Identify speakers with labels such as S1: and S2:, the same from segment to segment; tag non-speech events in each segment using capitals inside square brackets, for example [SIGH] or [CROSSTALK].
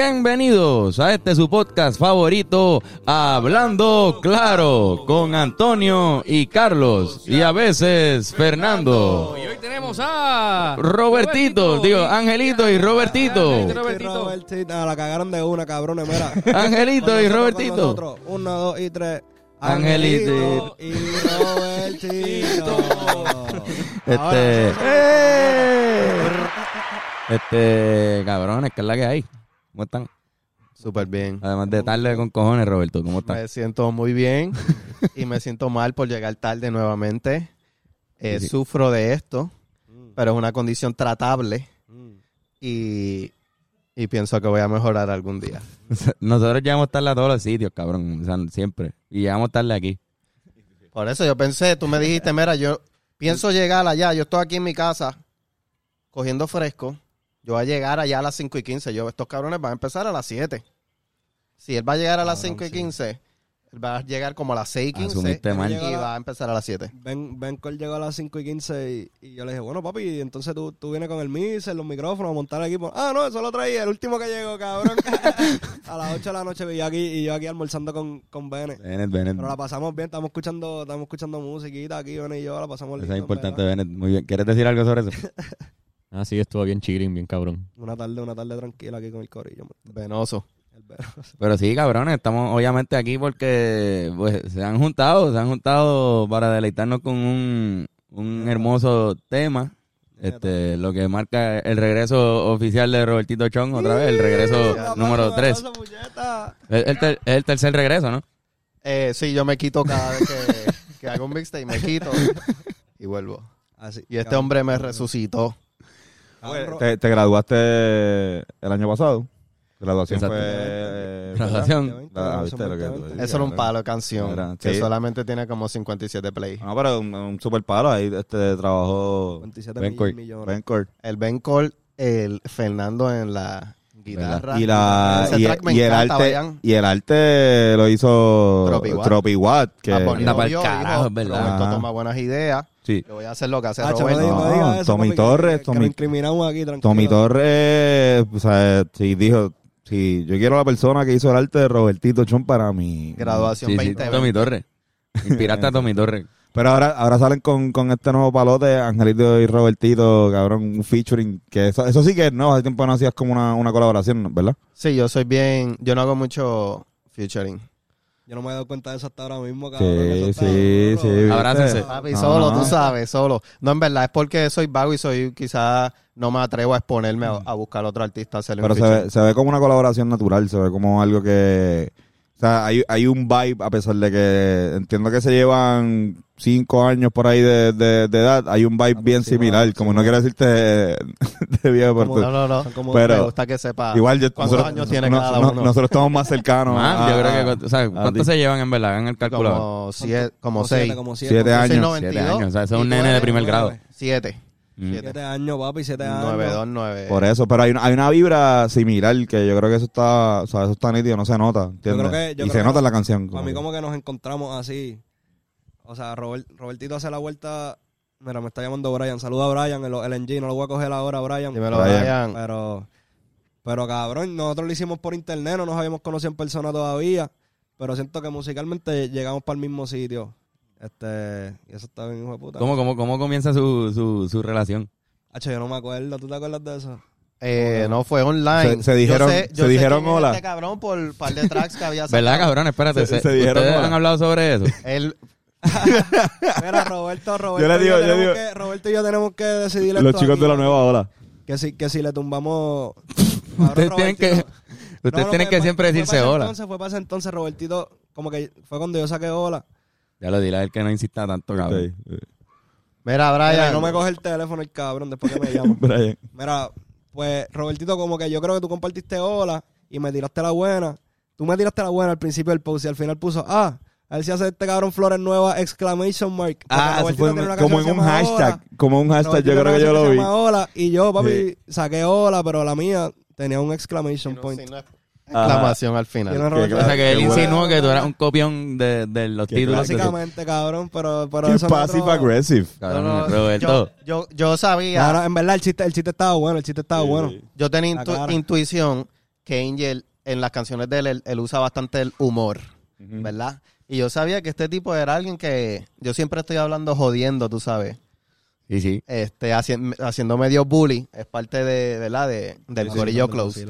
S1: Bienvenidos a este su podcast favorito, Hablando Claro, con Antonio y Carlos y a veces Fernando.
S2: Y hoy tenemos a
S1: Robertito, digo, Angelito y Robertito.
S2: Angelito y Robertito.
S3: Robertito. Ah, la cagaron de una, cabrones,
S1: [LAUGHS]
S3: mira.
S1: Angelito y
S3: Nosotros con
S1: Robertito.
S3: nosotros. Uno, dos y tres.
S1: Angelito.
S3: Angelito y
S1: [LAUGHS]
S3: Robertito.
S1: Este. ¡Eh! Este, cabrones, que es la que hay. ¿Cómo están?
S4: Súper bien.
S1: Además de tarde con cojones, Roberto, ¿cómo están?
S4: Me siento muy bien [LAUGHS] y me siento mal por llegar tarde nuevamente. Eh,
S1: Sí, sí.
S4: Sufro de esto, pero es una condición tratable y, y pienso que voy a mejorar algún día.
S1: Nosotros llegamos tarde a todos los sitios, cabrón, o sea, siempre. Y llegamos tarde aquí.
S4: Por eso yo pensé, tú me dijiste, mira, yo pienso llegar allá, yo estoy aquí en mi casa cogiendo fresco, yo voy a llegar allá a las 5 y 15, yo, estos cabrones van a empezar a las 7. Si él va a llegar a las 5 y 15, él va a llegar como a las 6 y 15
S1: Asumiste mal.
S4: y va a empezar a las 7.
S3: Ben, ben Cole llegó a las 5 y 15 y, y yo le dije, bueno, papi, entonces tú, tú vienes con el mixer, los micrófonos, a montar el equipo. Ah, no, eso lo traía, el último que
S1: [LAUGHS]
S3: llegó, cabrón. a las 8 de la noche y yo aquí, y yo aquí almorzando con, con Bene.
S1: Bennett, Bennett.
S3: Pero la pasamos bien, estamos escuchando, estamos escuchando musiquita aquí, Bene y yo, la pasamos
S1: Eso
S3: lindo,
S1: es
S3: en
S1: importante,
S3: verdad.
S1: Bennett. Muy bien. ¿Quieres decir algo sobre eso?
S2: [LAUGHS] Ah, sí, estuvo bien chilling, bien cabrón.
S3: Una tarde, una tarde tranquila aquí con el corillo.
S4: Venoso.
S3: El Bene.
S1: Pero sí, cabrones, estamos obviamente aquí porque pues, se han juntado, se han juntado para deleitarnos con un, un hermoso tema. Este, lo que marca el regreso oficial de Robertito Chong otra vez, el regreso [LAUGHS] número 3. Es el, ter- es el tercer regreso, ¿no?
S4: Eh, sí, yo me quito cada vez que, que hago un mixtape, me quito y vuelvo.
S3: Así,
S4: Y este hombre me resucitó.
S3: Cabrón.
S5: Te, te graduaste el año pasado. Graduación
S1: Exacto.
S5: fue. eh,
S1: Graduación.
S5: Ah, viste lo que tú dices.
S4: Eso era un palo de canción
S5: Era,
S4: que
S5: sí. Ah.
S4: solamente tiene como 57 play.
S5: No, pero un, un super palo. Ahí este, trabajó
S3: 27
S1: Ben Cole.
S3: millones.
S5: Bencourt.
S4: El Ben Cole, el Fernando en la guitarra.
S5: Y, la,
S4: Ese
S5: y, e-
S4: track me
S5: y el
S4: encanta,
S5: arte,
S4: vayan.
S5: y el arte lo hizo
S4: Tropi Watt.
S5: Tropi Watt, que
S4: Bad Bunny
S1: Anda
S4: lo
S1: pa'l
S4: vio, dijo,
S1: carajo, es verdad.
S4: Roberto toma buenas ideas.
S5: Sí.
S4: Yo voy a hacer lo que hace
S3: Ah, chaval,
S4: Roberto.
S3: no
S5: no,
S3: digas eso,
S5: Tommy
S3: papi, que-
S5: Torres,
S3: que
S5: Tommy-
S3: lo incriminamos aquí, tranquilo.
S5: Tommy Torres, o sea, sí dijo, si yo quiero la persona que hizo el arte de Robertito Chon para mi
S4: Graduación
S1: Sí, sí,
S4: 20.
S1: Tommy Torres. Inspiraste a
S3: [LAUGHS]
S1: Tommy Torres.
S5: Pero ahora, ahora salen con, con este nuevo palote, Angelito y Robertito, cabrón, un featuring. Que eso, eso sí que no, hace tiempo no hacías como una, una colaboración, ¿verdad?
S4: Sí, yo soy bien. Yo no hago mucho featuring.
S3: Yo no me he dado cuenta de eso hasta ahora mismo,
S5: Sí,
S3: cabrón. eso está
S5: sí,
S3: duro.
S5: sí.
S3: Cabrón,
S5: ¿viste?
S1: Abrácense.
S4: Papi,
S5: No,
S4: solo,
S5: no.
S4: tú sabes, solo. No, en verdad, es porque soy vago y soy quizás no me atrevo a exponerme a, a buscar otro artista. a hacerle un
S5: Mm. Pero se
S4: feature.
S5: ve, se ve como una colaboración natural, se ve como algo que... O sea, hay, hay un vibe, a pesar de que entiendo que se llevan cinco años por ahí de, de- de edad, hay un vibe bien similar, como no quiero decirte [LAUGHS] de, viejo por
S4: No, no, no.
S3: son como-
S5: Pero-
S4: me gusta que sepa
S5: Igual yo,
S4: cuántos
S5: nosotros,
S4: años tiene
S5: no-
S4: cada
S5: no-
S4: uno.
S5: nosotros estamos más cercanos.
S1: Man,
S5: a-
S1: yo
S5: a-
S1: creo que. o sea,
S5: a
S1: ¿Cuánto
S5: ti.
S1: se llevan en verdad? Hagan el calculador.
S4: como siete, como
S3: como siete,
S4: seis.
S3: como siete,
S5: Siete
S3: como
S4: Yo soy
S5: años.
S4: 92,
S1: Siete años. O sea, ese es un
S4: y
S1: nene
S4: nueve,
S1: de primer
S3: nueve.
S1: grado.
S4: Siete.
S1: Mm.
S4: Siete.
S3: Siete años, papi, siete años.
S4: Nueve, dos, nueve.
S5: Por eso, pero hay, una- hay una vibra similar que yo creo que eso está, o sea, eso está nítido, no se nota, ¿entiendes?
S3: creo que- yo
S5: y
S3: creo
S5: se
S3: que
S5: nota en la canción.
S3: Para mí
S5: que.
S3: como que nos encontramos así. O sea, Robert- Robertito hace la vuelta... Mira, me está llamando Brian. Saluda a Brian, el LNG. No lo voy a coger ahora, Brian.
S4: Dímelo,
S5: Brian.
S4: Brian.
S3: Pero, pero cabrón, nosotros lo hicimos por internet, no nos habíamos conocido en persona todavía. Pero siento que musicalmente llegamos para el mismo sitio. Este, y eso está bien, hijo de puta.
S1: ¿Cómo, cómo, cómo comienza su, su, su relación?
S3: Hacho, yo no me acuerdo, ¿tú te acuerdas
S1: [LAUGHS]
S3: de eso?
S4: Eh, no, fue online.
S5: Se- se
S4: Yo
S5: dijeron-
S4: sé- yo
S5: se
S4: sé
S5: dijeron
S4: quién es
S5: hola.
S4: Este cabrón por un par de tracks que había
S1: [LAUGHS]
S4: sacado.
S1: ¿Verdad, cabrón? Espérate.
S5: Se-
S1: se-
S5: se dijeron
S1: ¿Ustedes
S5: hola.
S1: han hablado sobre
S3: [LAUGHS]
S1: eso?
S4: Él,
S3: Mira, Roberto, Roberto,
S5: Yo le digo,
S3: y
S5: yo
S3: tenemos
S5: digo-
S3: que- Roberto y yo tenemos que decidir
S5: Los
S3: esto
S5: chicos
S3: aquí,
S5: de la nueva ola.
S3: Que si, que si le tumbamos...
S1: [LAUGHS] Ustedes tienen que, [LAUGHS] ustedes tienen que siempre decirse hola.
S3: pues, Entonces, fue para ese entonces, Robertito, como que fue cuando yo saqué hola.
S1: Ya lo dirá él que no insista tanto, cabrón.
S5: Sí, sí.
S4: mira,
S3: Mira,
S4: Brian.
S3: no me coge el teléfono el cabrón después que me llama.
S5: [LAUGHS] Brian.
S3: Mira, pues Robertito, como que yo creo que tú compartiste hola y me tiraste la buena. Tú me tiraste la buena al principio del post y al final puso, ah, a ver si hace este cabrón flores nuevas, exclamation mark. Porque
S5: Ah, eso
S3: Robertito
S5: fue
S3: tiene una
S5: como en
S3: canción
S5: un
S3: que se llama
S5: hashtag.
S3: Hola.
S5: Como un hashtag,
S3: Robertito
S5: yo creo
S3: tiene
S5: que yo
S3: una
S5: lo
S3: canción
S5: vi.
S3: se llama Hola y yo, papi,
S5: Sí.
S3: saqué hola, pero la mía tenía un
S4: Y
S3: exclamation
S4: no-
S3: point.
S4: sí, no es- Exclamación al
S3: Y no,
S4: final.
S3: Roberto,
S1: O sea, que él
S5: Qué
S1: insinuó que tú eras un copión de, de los
S5: Qué
S1: títulos.
S3: Básicamente, cabrón, pero, pero
S5: Qué
S3: eso
S5: passive
S3: nosotros-
S5: aggressive.
S1: Cabrón,
S4: No, no,
S1: Roberto.
S4: Yo, yo, yo sabía,
S3: No, no, en verdad el chiste, el chiste estaba bueno, el chiste estaba bueno.
S4: yo tenía
S3: La
S4: intu-
S3: cara.
S4: intuición que Angel en las canciones de él, él, él usa bastante el humor, ¿verdad? Y yo sabía que este tipo era alguien que yo siempre estoy hablando jodiendo, tú sabes.
S1: Sí, sí.
S4: Este, haci- haciendo medio bully, es parte de, ¿verdad? De, del gorillo close.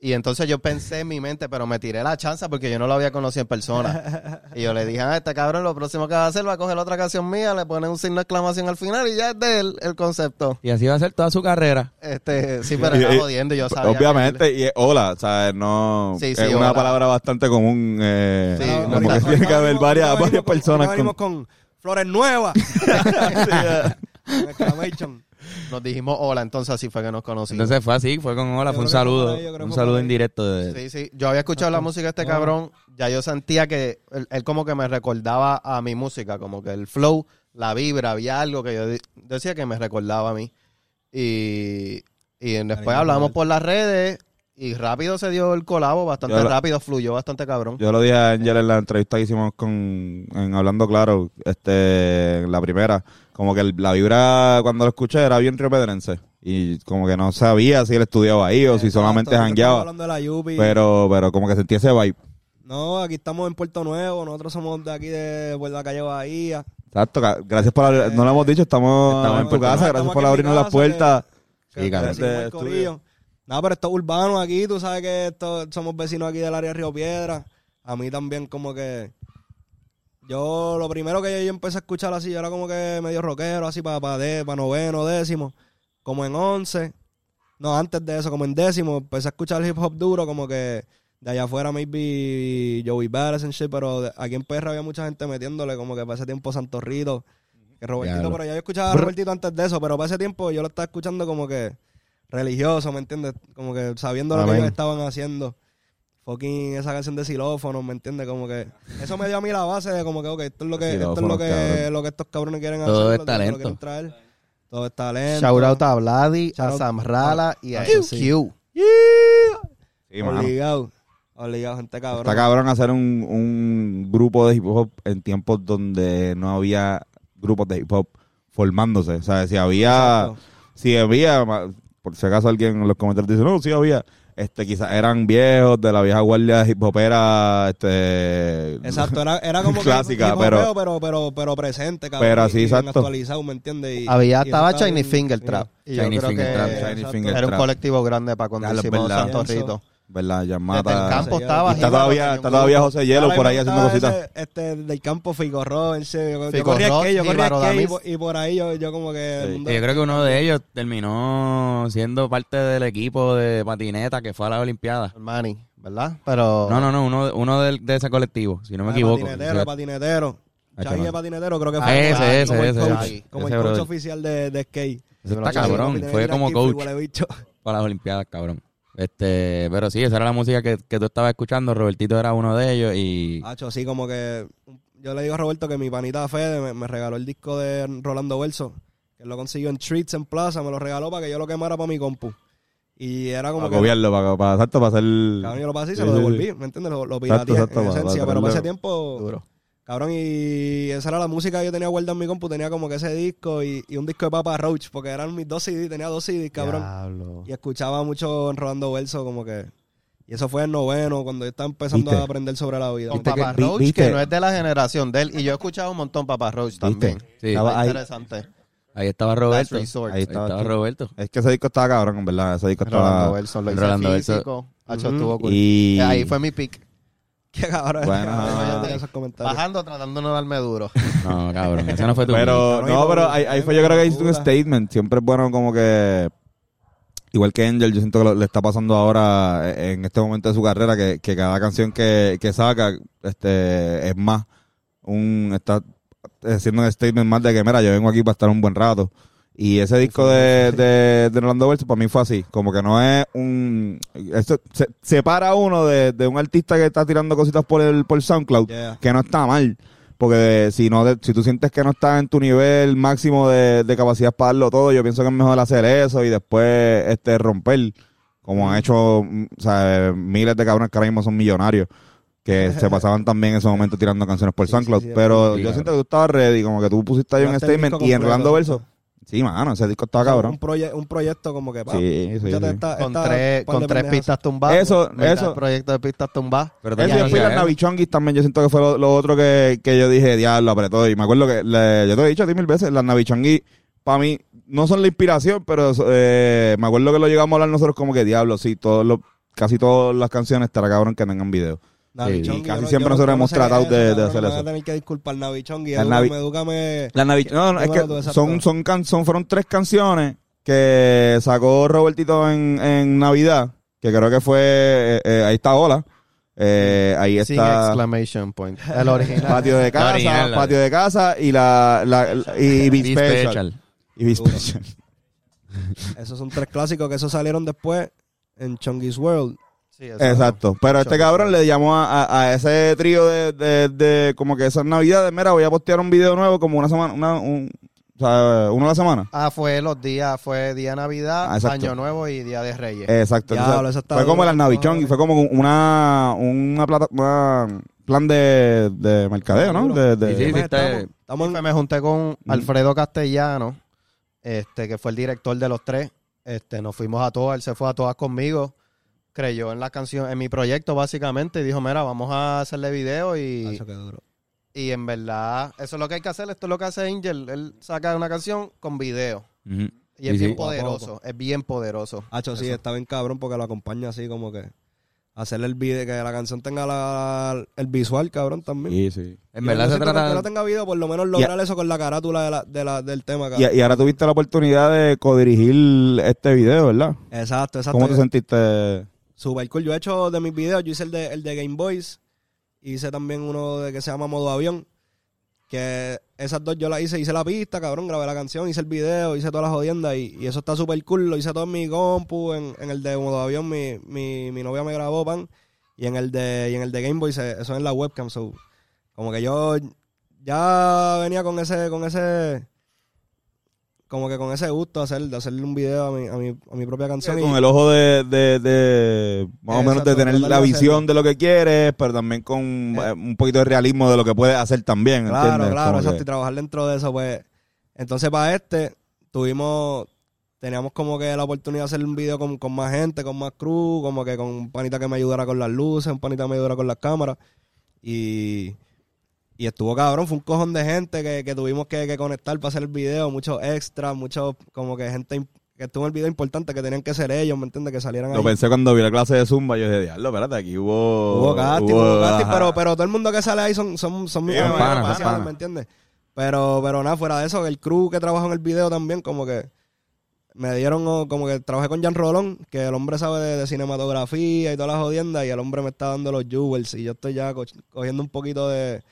S4: Y entonces yo pensé en mi mente, pero me tiré la chanza porque yo no lo había conocido en
S5: [LAUGHS]
S4: persona. Y yo le dije, ah, este cabrón lo próximo que va a hacer va a coger otra canción mía, le ponen un signo de exclamación al final y ya es de él el concepto.
S1: Y así va a ser toda su carrera.
S4: Este, sí, pero
S5: Y-
S4: está
S5: y-
S4: jodiendo, yo sabía. que
S5: Obviamente, y es hola, o sea, no.
S4: Sí, sí,
S5: es una
S4: hola.
S5: palabra bastante común. Eh,
S4: Sí,
S5: como
S4: ahorita-
S5: que tiene que haber varias, varias personas.
S3: Ahora
S5: Con,
S3: venimos con Flores
S5: [LAUGHS]
S3: Nuevas. [LAUGHS] Sí, eh. Con exclamation.
S4: él- Nos dijimos hola, entonces así fue que nos conocimos.
S1: Entonces fue así, fue con hola,
S3: Yo
S1: fue un
S3: creo que fue
S1: saludo.
S3: por ahí, yo creo que
S1: Un
S3: fue
S1: saludo
S3: por ahí.
S1: indirecto de
S4: Sí, sí, yo había escuchado la música de este cabrón, ya yo sentía que él, él como que me recordaba a mi música, como que el flow, la vibra, había algo que yo de- decía que me recordaba a mí. Y, y después
S3: Cariño,
S4: hablamos
S3: Roberto.
S4: por las redes y rápido se dio el colabo, bastante
S5: Yo lo-
S4: rápido, fluyó bastante cabrón.
S5: Yo lo dije a Angel en la entrevista que hicimos con en Hablando Claro, este, en la primera, como que el- la vibra cuando lo escuché era bien riopedrense y como que no sabía si él estudiaba ahí o si solamente
S3: Estamos
S5: jangueaba,
S3: hablando de la Yupi.
S5: pero pero como que sentí ese vibe.
S3: No, aquí estamos en Puerto Nuevo. Nosotros somos de aquí de Puerto Calle Bahía.
S5: Exacto, ca- gracias por abrir- no lo hemos dicho, estamos,
S1: Estamos en
S5: en tu
S1: Puerto
S5: casa,
S3: Rico.
S5: gracias
S3: Estamos aquí
S5: por
S3: en
S5: abrirnos
S3: mi
S5: las
S3: casa,
S5: puertas.
S1: Sí, cabrón.
S3: Así como el
S5: Este,
S3: corillo. No, pero esto es urbano aquí. Tú sabes que esto- somos vecinos aquí del área de Río Piedra. A mí también como que... Yo lo primero que yo, yo empecé a escuchar así, yo era como que medio rockero, así para pa de- pa noveno, décimo. Como en once. No, antes de eso, como en décimo. Empecé a escuchar hip hop duro, como que... De allá afuera, maybe Joey Badass and shit, pero de- aquí en PR había mucha gente metiéndole, como que para ese tiempo Santorrito, que Robertito,
S1: Diablo.
S3: pero ya yo escuchaba a Robertito antes de eso, pero para ese tiempo yo lo estaba escuchando como que religioso, ¿me entiendes? Como que sabiendo lo que
S5: Amén.
S3: ellos estaban haciendo. Fucking esa canción de xilófonos, ¿me entiendes? Como que eso me dio a mí la base de como que, ok, esto es lo que, esto es lo
S5: Xilófonos,
S3: que,
S5: cabrón.
S3: lo que estos cabrones quieren hacer.
S1: Todo es
S3: lo que- lo que
S1: talento.
S3: quieren traer. Todo es talento.
S4: Shout out a Vladi, a
S3: Shout out-
S4: Samrala y a
S3: Ah, eso sí.
S4: Q.
S5: Sí, mano.
S3: Obligado. Obligado, gente cabrón.
S5: Está cabrón hacer un, un grupo de hip hop en tiempos donde no había grupos de hip hop formándose. O sea, si había,
S3: Exacto.
S5: si había, ma- por si acaso alguien en los comentarios dice, no, sí había. Este, quizás eran viejos de la vieja guardia hip hopera, este...
S3: Exacto, era, era como que
S5: Clásica,
S3: hip
S5: pero-
S3: hopeo, pero, pero, pero presente, cabrón.
S5: Pero
S3: y-
S5: así,
S3: y bien
S5: exacto.
S3: actualizado, ¿me entiendes? Y- y
S4: Había,
S3: eso
S4: estaba
S3: estaba
S4: Chinese
S3: bien-
S4: Finger
S3: sí.
S4: Trap. Y yo
S1: Chinese
S4: creo
S1: Finger
S4: que
S1: Trap,
S5: Chinese
S3: Eh, exacto.
S5: Finger
S4: Era un
S5: [LAUGHS] Trap.
S4: colectivo grande para cuando
S5: Ya, lo es
S4: hicimos
S5: verdad.
S4: Santorrito.
S5: ¿Verdad?
S4: Desde el
S5: Llamada.
S4: campo
S3: Y
S4: estaba...
S5: está todavía, está todavía José Hielo
S3: Ahora
S5: por ahí
S3: mismo
S5: haciendo
S3: estaba
S5: cositas.
S3: ese, Este, del campo Fico Ross, yo, yo
S4: Fico
S3: corría
S4: Ross
S3: skate, yo
S4: y
S3: corría
S4: Varo
S3: skate y,
S4: Damis.
S3: por- y por ahí yo, yo como que...
S5: Sí.
S3: el mundo-
S1: Eh, Yo creo que uno de ellos terminó siendo parte del equipo de patineta que fue a la Olimpiada.
S4: Armani, ¿verdad? Pero...
S1: No, no, no, uno, uno del- de, ese colectivo, si no me
S3: Ah,
S1: equivoco.
S3: Patinetero,
S1: Sí.
S3: patinetero.
S5: Ahí
S3: Chagui
S5: está,
S3: de patinetero creo que
S1: Ah,
S3: fue.
S1: ese, ese,
S3: como el
S1: ese,
S3: coach-
S1: ese.
S3: Como
S1: Ese
S3: el coach
S1: brother.
S3: oficial de, de skate.
S1: Eso
S4: Yo no
S1: está
S4: sé,
S1: cabrón,
S3: Patinetero
S1: fue
S3: era
S1: como
S3: aquí, fui,
S1: coach
S3: huele bicho.
S1: para las Olimpiadas, cabrón. Este, pero sí, esa era la música que, que tú estabas escuchando, Robertito era uno de ellos y...
S3: Hacho, así como que. Yo le digo a Roberto que mi panita Fede me, me regaló el disco de Rolando Verso, que lo consiguió en Treats en Plaza, me lo regaló para que yo lo quemara para mi compu. Y era como
S5: Para
S3: que.
S5: gobierno, para, para, exacto, para hacer...
S3: Cabrón, yo lo pasé y se
S5: Sí,
S3: lo
S5: sí, sí.
S3: devolví, ¿me entiendes? Lo, lo
S5: Exacto,
S3: pirateé
S5: exacto,
S3: en
S5: para-
S3: esencia,
S5: para
S3: pero para ese
S5: tenerlo.
S3: tiempo.
S4: Duro.
S3: Cabrón, y esa era la música que yo tenía guardada en mi compu. Tenía como que ese disco y, y un disco de Papa Roach, porque eran mis dos CDs, tenía dos CDs, cabrón.
S4: Diablo.
S3: Y escuchaba mucho en Rolando Verso, como que. Y eso fue en noveno, cuando yo estaba empezando
S5: ¿Viste?
S3: a aprender sobre la vida.
S4: Con
S5: Viste que-
S4: Papa
S5: vi-
S4: Roach,
S5: viste-
S4: que no es de la generación de él. Y yo he escuchado un montón Papa Roach también.
S1: Sí,
S5: Estaba ahí.
S4: Interesante.
S1: ahí estaba
S4: Last
S1: Roberto. Ahí
S4: Resort.
S5: Ahí estaba
S1: estaba
S5: tú.
S1: Roberto.
S5: Es que ese disco estaba cabrón, en verdad. Ese disco
S4: Rolando
S5: estaba...
S4: Wilson lo hizo
S1: Rolando Wilson.
S4: físico. Hacho, estuvo cool.
S3: Eh,
S5: Y...
S4: Ahí fue mi pick.
S3: [LAUGHS] Qué cabrón.
S5: [LAUGHS] Bueno,
S3: Yo tenía
S4: ah.
S3: esos comentarios.
S4: Bajando, tratando de no darme
S5: [LAUGHS]
S4: duro.
S1: No, cabrón, ese no fue tu...
S5: Pero,
S3: Cabrón,
S5: no,
S3: y
S5: pero
S3: todo,
S5: ahí, ahí
S3: tema,
S5: fue yo creo que hizo
S3: cultura.
S5: un statement. Siempre es bueno como que... Igual que Angel, yo siento que lo- le está pasando ahora eh, en este momento de su carrera que, que cada canción que, que saca este es más un... Está haciendo un statement más de que, mira, yo vengo aquí para estar un buen rato. Y ese disco de, de, de Rolando Verso para mí fue así. Como que no es un... Esto se, separa uno de, de un artista que está tirando cositas por el por SoundCloud
S3: Yeah.
S5: que no está mal. Porque de- si no de- si tú sientes que no estás en tu nivel máximo de, de capacidad para darlo todo, yo pienso que es mejor hacer eso y después este romper. Como han hecho mm, o sea, miles de cabrones que ahora mismo son millonarios,
S3: [LAUGHS]
S5: que se pasaban también en esos momentos tirando canciones por
S3: Sí,
S5: SoundCloud.
S3: sí, sí,
S5: pero
S1: sí,
S5: yo
S1: claro.
S5: siento que tú estabas ready, como que tú pusiste ahí un
S3: Tiraste el disco
S5: statement y en
S3: completo.
S5: Rolando Verso Sí, mano, ese disco estaba
S3: Un,
S5: Ah, cabrón.
S3: proye- un proyecto como que... pa,
S5: Sí, sí,
S3: escúchate
S5: sí.
S3: esta-
S4: Con
S3: esta
S4: tres,
S3: par de
S4: con tres
S3: pendejas.
S4: pistas tumbadas.
S5: Eso,
S4: Mitad
S5: eso.
S4: del proyecto de pistas tumbadas.
S1: Pero
S5: Eso, y
S1: tenía
S5: después las
S1: que ver.
S5: navichonguis también, yo siento que fue lo, lo otro que, que yo dije, diablo, apretó. Y me acuerdo que le- yo te lo he dicho a ti mil veces, las navichonguis para mí no son la inspiración, pero eh, me acuerdo que lo llegamos a hablar nosotros como que, diablo, sí, todos los, casi todas las canciones estará cabrón que tengan video.
S3: Navi
S1: Sí,
S3: Chongui,
S5: casi
S3: yo no-
S5: siempre
S3: yo no- yo
S5: nosotros
S3: no
S5: hemos
S3: sé qué
S5: tratado
S3: es,
S5: de- de
S3: cabrón, me
S5: hacer
S3: voy a
S5: eso.
S3: tener que disculpar Navi Chongui,
S5: La
S3: edúcame,
S5: Navi-
S3: edúcame.
S5: Las navi- no, no, es
S3: Dímelo tú,
S5: que
S3: exacto.
S5: son, son, can- son- fueron tres canciones que sacó Robertito en, en Navidad, que creo que fue, eh, eh, ahí está Ola, eh, ahí
S4: Sin
S5: está...
S4: exclamation point. El
S5: [LAUGHS]
S4: original.
S5: Patio de casa,
S1: original, la-
S5: patio de casa y la, la- la- y, y Be
S1: Be
S5: Special.
S1: Special.
S5: Y Be Special. [LAUGHS]
S3: Esos son tres clásicos que esos salieron después en Chongi's World.
S4: Sí, eso.
S5: Exacto. Pero este
S4: Chongo.
S5: cabrón le llamó a, a- a ese trío de, de- de- como que esas navidades. Mira, voy a postear un video nuevo como una semana, una, un- o sea, uno a la semana.
S4: Ah, fue los días, fue día de Navidad,
S5: Ah, exacto.
S4: Año Nuevo y Día de Reyes.
S5: Exacto.
S3: Diablo,
S5: Entonces,
S3: eso está
S5: fue
S3: duro,
S5: como las navichón y
S3: cojones.
S5: fue como una, una plata, una- plan de, de mercadeo, ¿no? De- de-
S1: Sí, sí,
S3: Pues
S1: está-
S3: estamos- estamos en-
S4: Me junté con Alfredo Castellano, este, que fue el director de los tres. Este, nos fuimos a todas, él se fue a todas conmigo. Creyó en la canción, en mi proyecto básicamente, y dijo, mira, vamos a hacerle video
S3: Ah,
S4: y,
S3: eso qué duro.
S4: y en verdad, eso es lo que hay que hacer, esto es lo que hace Angel, él saca una canción con video.
S1: Ujú.
S4: Y es
S1: Sí, sí.
S4: bien poderoso, es bien poderoso.
S3: Hacho, sí, está bien cabrón porque lo acompaña así como que hacerle el video, que la canción tenga la- el visual, cabrón, también.
S5: Sí, sí.
S1: En verdad se
S3: Que no
S1: trata...
S3: tenga video, por lo menos lograr eso con la carátula de la- de la- del tema,
S5: Y,
S3: cabrón.
S5: y ahora tuviste la oportunidad de codirigir este video, ¿verdad?
S3: Exacto, exacto.
S5: ¿Cómo te sentiste?
S3: Super cool. Yo he hecho de mis videos, yo hice el de, el de Game Boys, hice también uno de que se llama Modo Avión, que esas dos yo las hice, hice la pista, cabrón, grabé la canción, hice el video, hice todas las jodiendas y, y eso está super cool, lo hice todo en mi compu, en, en el de Modo Avión mi, mi, mi novia me grabó, pan, y en el de, y en el de Game Boy se- eso es en la webcam, so, como que yo ya venía con ese, con ese... Como que con ese gusto hacer, de hacerle un video a mi, a mi, a mi propia canción. y-
S5: Con el ojo de, de, de- más o menos de
S3: Exacto,
S5: tener
S3: tratar de
S5: la visión
S3: hacerlo.
S5: de lo que quieres, pero también con eh, un poquito de realismo de lo que puedes hacer también.
S3: Claro,
S5: ¿entiendes?
S3: claro,
S5: Como
S3: exacto.
S5: que-
S3: Y trabajar dentro de eso, pues. Entonces, para este, tuvimos. Teníamos como que la oportunidad de hacer un video con, con más gente, con más crew, como que con un panita que me ayudara con las luces, un panita que me ayudara con las cámaras. Y. Y estuvo cabrón, fue un cojón de gente que, que tuvimos que, que conectar para hacer el video, muchos extras, muchos como que gente imp- que estuvo en el video importante que tenían que ser ellos, ¿me entiendes? Que salieran
S5: Lo
S3: ahí.
S5: pensé cuando vi la clase de Zumba, yo dije, diablo, espérate, aquí hubo...
S3: Hubo casting, hubo casting,
S5: ajá.
S3: pero, pero todo el mundo que sale ahí son, son, son mis
S5: Sí,
S3: amigos
S5: panas,
S3: especiales,
S5: panas.
S3: ¿me entiendes? Pero, pero nada, fuera de eso, el crew que trabajó en el video también, como que me dieron, oh, como que trabajé con Jan Rolón, que el hombre sabe de, de cinematografía y todas las jodiendas, y el hombre me está dando los jewels, y yo estoy ya co- cogiendo un poquito de,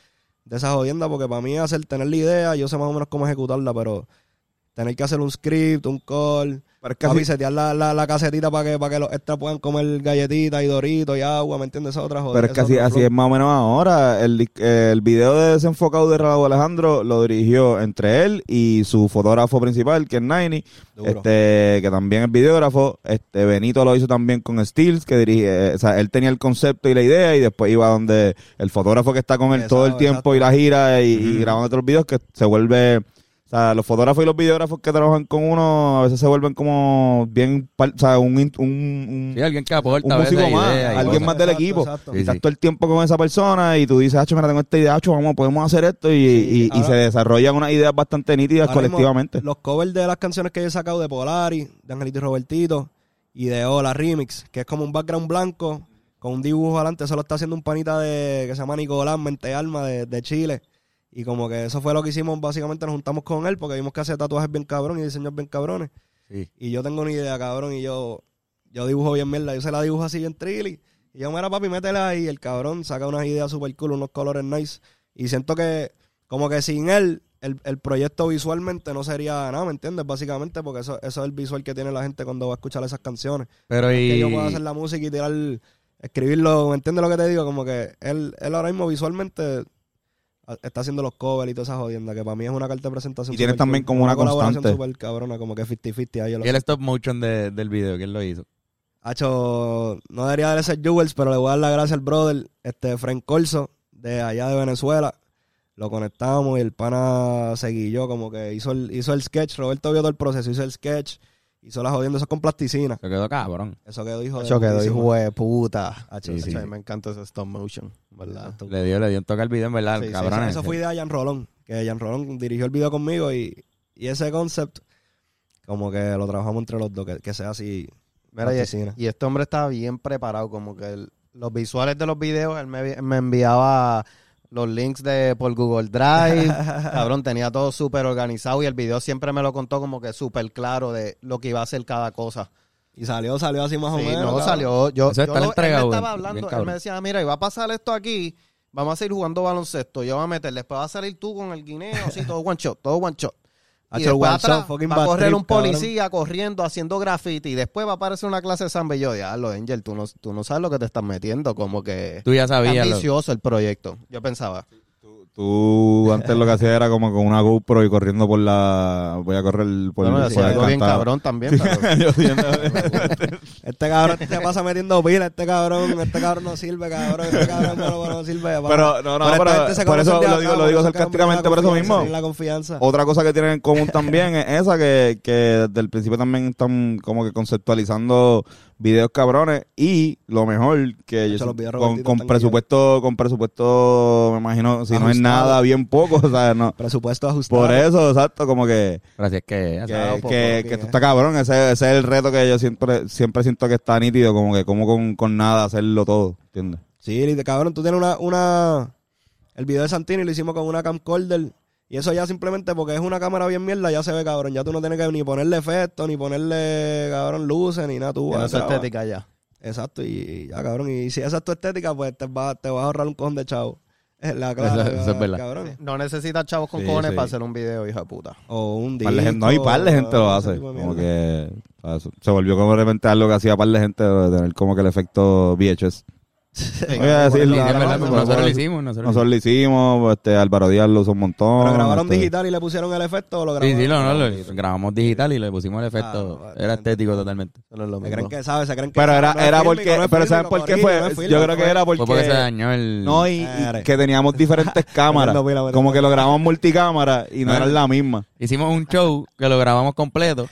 S3: de esas jodiendas, porque para mí hacer, tener la idea, yo sé más o menos cómo ejecutarla, pero tener que hacer un script, un call,
S5: Pero es que
S3: Papi,
S5: así-
S3: setear la, la, la casetita para que, para que los extras puedan comer galletitas y doritos y agua, ¿me entiendes? Esa otra joder.
S5: pero es que
S3: esa
S5: así,
S3: otra
S5: así
S3: flow.
S5: es más o menos ahora. El, dis- eh, el video de Desenfocado de Raúl Alejandro lo dirigió entre él y su fotógrafo principal, que es Niney,
S3: Duro.
S5: este, que también es videógrafo. Este Benito lo hizo también con Steels, que dirige, eh, o sea, él tenía el concepto y la idea y después iba donde el fotógrafo que está con él
S3: Exacto,
S5: todo el tiempo y la gira y, y grabando otros videos que se vuelve... O sea, los fotógrafos y los videógrafos que trabajan con uno a veces se vuelven como bien... par- O sea, un... in- un, un-
S1: Sí, alguien que aporta
S5: un
S1: a veces
S5: músico más,
S1: ideas y
S5: alguien
S1: cosas.
S5: más del
S3: Exacto,
S5: equipo.
S3: exacto.
S1: Sí,
S5: Estás todo el tiempo con esa persona y tú dices, Hacho, mira, tengo esta idea, Hacho, vamos, podemos hacer esto. Y, y- y
S3: ahora-
S5: se desarrollan unas ideas bastante nítidas
S3: Ahora mismo,
S5: colectivamente.
S3: Los covers de las canciones que yo he sacado de Polari, de Angelito y Robertito y de Hola Remix, que es como un background blanco con un dibujo adelante. Eso lo está haciendo un panita de, que se llama Nicolás Mente Alma de, de Chile. Y como que eso fue lo que hicimos, básicamente nos juntamos con él porque vimos que hace tatuajes bien cabrón y diseños bien cabrones.
S1: Sí.
S3: Y yo tengo una idea, cabrón, y yo, yo dibujo bien mierda. Yo se la dibujo así bien trilly. Y yo, mira, papi, métela ahí. Y el cabrón saca unas ideas super cool, unos colores nice. Y siento que, como que sin él, el, el proyecto visualmente no sería nada, ¿me entiendes? Básicamente, porque eso, eso es el visual que tiene la gente cuando va a escuchar esas canciones.
S1: Pero
S3: Que
S1: y...
S3: yo pueda hacer la música y tirar, escribirlo, ¿me entiendes lo que te digo? Como que él, él ahora mismo visualmente a- está haciendo los covers y todas esas jodiendas, que para mí es una carta de presentación.
S5: Y tienes
S3: super
S5: también como una
S3: colaboración
S5: constante.
S3: super cabrona, como que 50-50 ahí. yo lo
S1: Y el stop motion de- del video, ¿quién lo hizo?
S3: Hacho, no debería de ser Jewels, pero le voy a dar la gracia al brother, este, Frank Corso, de allá de Venezuela. Lo conectamos y el pana seguilló, como que hizo el, hizo el sketch. Roberto vio todo el proceso, hizo el sketch, hizo la jodiendo, eso es con plasticina.
S1: Se quedó cabrón.
S3: Eso quedó hijo de.
S4: Yo quedó
S3: putísima.
S4: hijo de puta.
S3: Sí, sí.
S4: Acho, Me encanta ese stop motion, ¿verdad?
S1: Le dio, le dio un toque al video, en verdad,
S4: Sí, sí,
S1: cabrón.
S3: Eso fue idea de Jan Rolón, que Jan Rolón dirigió el video conmigo y, y ese concept, como que lo trabajamos entre los dos, que, que sea así.
S4: Mira,
S3: plasticina.
S4: y, y este hombre estaba bien preparado, como que el- los visuales de los videos, él me, vi- me enviaba los links de por Google Drive, cabrón, tenía todo súper organizado y el video siempre me lo contó como que súper claro de lo que iba a hacer cada cosa.
S3: Y salió, salió así más o
S4: Sí,
S3: menos.
S4: no
S3: cabrón.
S4: salió. Yo,
S1: Eso es
S4: yo
S1: estar
S4: lo-
S1: entregado,
S4: él me estaba
S1: bien
S4: hablando, él
S1: cabrón.
S4: me decía, mira, y va a pasar esto aquí, vamos a seguir jugando baloncesto, yo voy a meter, después va a salir tú con el guineo,
S3: [LAUGHS]
S4: así, todo one shot, todo one shot.
S3: Hacho,
S4: Y después
S3: one
S4: atrás
S3: shot, fucking
S4: va a
S3: bad
S4: correr
S3: trip,
S4: un policía corriendo, haciendo graffiti, y después va a aparecer una clase de samba y yo, diablo, Angel, tú no, tú no sabes lo que te estás metiendo, como que
S1: Tú ya sabías. lo-
S4: ambicioso el proyecto, yo pensaba.
S5: Tú antes lo que hacías era como con una GoPro y corriendo por la. Voy a correr por,
S4: Bueno, yo
S5: por
S4: hacía
S5: la
S4: algo bien
S5: cantada. [LAUGHS]
S4: cabrón también, pero
S3: [LAUGHS] Este cabrón se pasa metiendo pila, este cabrón, este cabrón no sirve, cabrón, este cabrón no, no, no sirve. papá.
S5: Pero, no, no,
S3: esta
S5: pero-
S3: gente se
S5: por eso
S3: conocen de
S5: lo
S3: acá,
S5: digo- lo
S3: por
S5: digo
S3: eso es que
S5: sarcásticamente,
S3: tienen la
S5: por eso mismo.
S3: confianza, tienen La confianza.
S5: [LAUGHS] Otra cosa que tienen en común también es esa, que, que desde el principio también están como que conceptualizando videos cabrones y lo mejor que
S3: hecho, los
S5: yo,
S3: videos
S5: con,
S3: Robertito
S5: con
S3: están Ah,
S5: presupuesto, con presupuesto, me imagino, si no es
S3: Ajustado.
S5: nada, bien poco, [LAUGHS] o sea, no.
S3: Presupuesto ajustado.
S5: Por eso, exacto, como que,
S1: Pero así es que. así-
S5: que,
S3: poco,
S5: que,
S3: poco,
S5: que
S3: bien,
S5: esto
S3: eh.
S5: está cabrón, ese, ese es el reto que yo siempre, siempre siento que está nítido, como que como con, con nada hacerlo todo, ¿entiendes?
S3: Sí, lite- cabrón, tú tienes una, una... El video de Santini lo hicimos con una camcorder. Y eso ya simplemente porque es una cámara bien mierda, ya se ve, cabrón. Ya tú no tienes que ni ponerle efectos, ni ponerle, cabrón, luces, ni nada. Tú,
S4: no
S3: vas,
S4: es
S3: ya vas.
S4: estética ya.
S3: Exacto, y, y ya, cabrón. Y si esa es tu estética, pues te vas te vas a ahorrar un cojón de chavo. Es la clave,
S1: Eso- eso es verdad.
S3: cabrón.
S4: No necesitas chavos con
S5: Sí,
S4: cojones
S5: sí.
S4: para hacer un video, hija de puta.
S3: O un día.
S5: Par de gente- no, y par de gente lo hace. Como que o sea, se volvió como de repente algo que hacía par de gente de tener como que el efecto VHS. No voy a decirlo,
S1: Sí, es
S5: ahora
S1: verdad, pero
S5: mismo, pero
S1: nosotros lo
S5: bueno,
S1: hicimos. Nosotros lo
S5: Nosotros lo hicimos, este, Álvaro Díaz lo usó un montón.
S3: Pero grabaron
S5: este,
S3: digital y le pusieron el efecto o lo
S1: Sí,
S3: grabaron.
S1: sí, no, no, lo grabamos digital y le pusimos el
S3: Ah,
S1: efecto.
S3: bueno,
S1: Era estético totalmente.
S4: Eso no es lo
S3: Se
S4: mismo.
S3: creen que sabe, se creen que
S5: Pero
S3: sabe,
S5: era,
S3: no es
S5: era
S3: fílmico,
S5: porque,
S3: no es
S5: pero
S3: fílmico,
S5: ¿saben por qué
S3: corillo, no
S5: fue?
S3: es fílmico,
S5: Yo creo que
S3: fue-
S5: era
S1: Fue porque se
S5: porque...
S1: dañó el.
S5: No, y, y
S3: Madre.
S5: que teníamos
S3: [LAUGHS]
S5: diferentes cámaras.
S3: No, mira, mira.
S5: Como que lo grabamos multicámara y no
S1: Bueno.
S5: eran la misma.
S1: Hicimos un show que lo grabamos completo,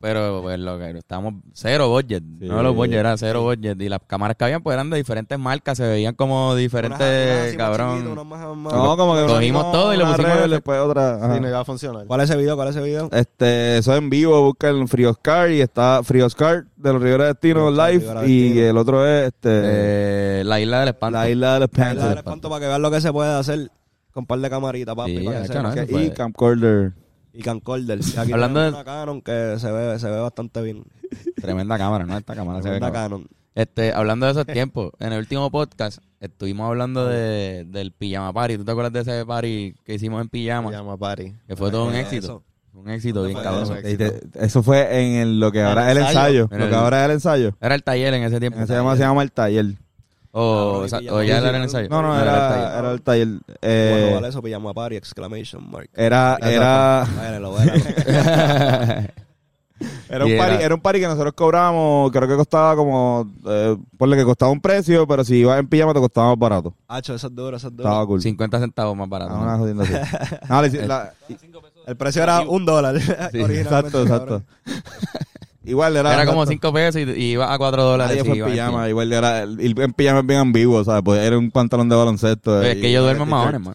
S1: pero pues lo que estábamos cero budget. No los budget, era cero budget. Y las cámaras que habían pues eran de diferentes marcas, se veían como
S3: unas- unas
S1: diferentes,
S3: así más
S1: cabrón.
S3: chiquitas, unas más- más-
S5: No, como que una-
S1: Cogimos
S5: no,
S1: todo y lo
S5: una
S1: pusimos en
S5: red,
S1: el-
S5: después otra. ajá.
S4: Sí, no iba a funcionar.
S3: ¿Cuál es ese video? ¿Cuál es ese video?
S5: Este, eso en vivo, buscan Free Oscar y está Free Oscar de los Rivera Destino
S3: Free Oscar,
S5: Live
S3: Rivera
S5: y
S3: Destino.
S5: el otro es este
S1: Eh, la isla del espanto.
S5: la isla de los
S3: Ahí la
S5: Panthers
S3: daré espanto para que vean lo que se puede hacer con par de camaritas, papi.
S1: Sí,
S3: para que
S1: hecho,
S3: se-
S1: ¿no?
S5: Que-
S1: Eso fue-
S5: y camcorder.
S1: [LAUGHS]
S3: Y camcorder. Y Aquí
S1: Hablando
S3: Hablando
S1: de-
S3: de una Canon que se ve, se ve bastante bien.
S1: Tremenda cámara, ¿no? Esta cámara Ah, se ve
S3: Una
S1: cabrón.
S3: Canon.
S1: Este, hablando de esos tiempos, en el último podcast estuvimos hablando de, del pijama party. ¿Tú te acuerdas de ese party que hicimos en pijama?
S4: Llama Party.
S1: Que fue todo un
S3: Eso.
S1: éxito. Un éxito bien
S4: fue
S1: cabrón.
S4: eso?
S5: Y te- Eso fue en el- lo que
S4: En
S5: ahora
S4: el
S5: es el
S4: ensayo.
S5: ensayo.
S1: En
S5: Lo
S1: el-
S5: que ahora es el ensayo.
S1: Era el taller en ese tiempo.
S5: Se llama, se llama el taller.
S1: O, o sea, o ya era el ensayo.
S5: No, no, era, era el taller. Eh,
S3: Bueno, vale eso, pijama party, exclamation mark.
S5: Era, era,
S3: Véanlo, véanlo.
S1: taller.
S5: era, un
S1: Y
S5: party,
S1: era-
S5: era un party que nosotros cobrábamos, creo que costaba como, eh, ponle que costaba un precio, pero si ibas en pijama te costaba más barato.
S3: [LAUGHS] Hacho, eso es duro, eso es duro.
S5: Estaba cool.
S1: 50 centavos más barato.
S5: Ah,
S1: ¿no?
S5: una jodienda así. [LAUGHS] No, le hici- la-
S3: El precio era un dólar. [LAUGHS] originalmente,
S5: exacto, exacto.
S3: cabrón.
S5: [LAUGHS] Igual era...
S1: Era como
S5: exacto.
S1: 5 pesos y, y iba a 4 dólares.
S5: Nadie
S1: y
S5: fue
S1: iba
S5: en
S1: en
S5: pijama, igual era, el ir en pijama es bien ambiguo, ¿sabes? Pues era un pantalón de
S1: pijama.
S5: baloncesto.
S1: "Pues, Es
S5: y-
S1: que yo duermo
S5: y-
S1: en mahones, man.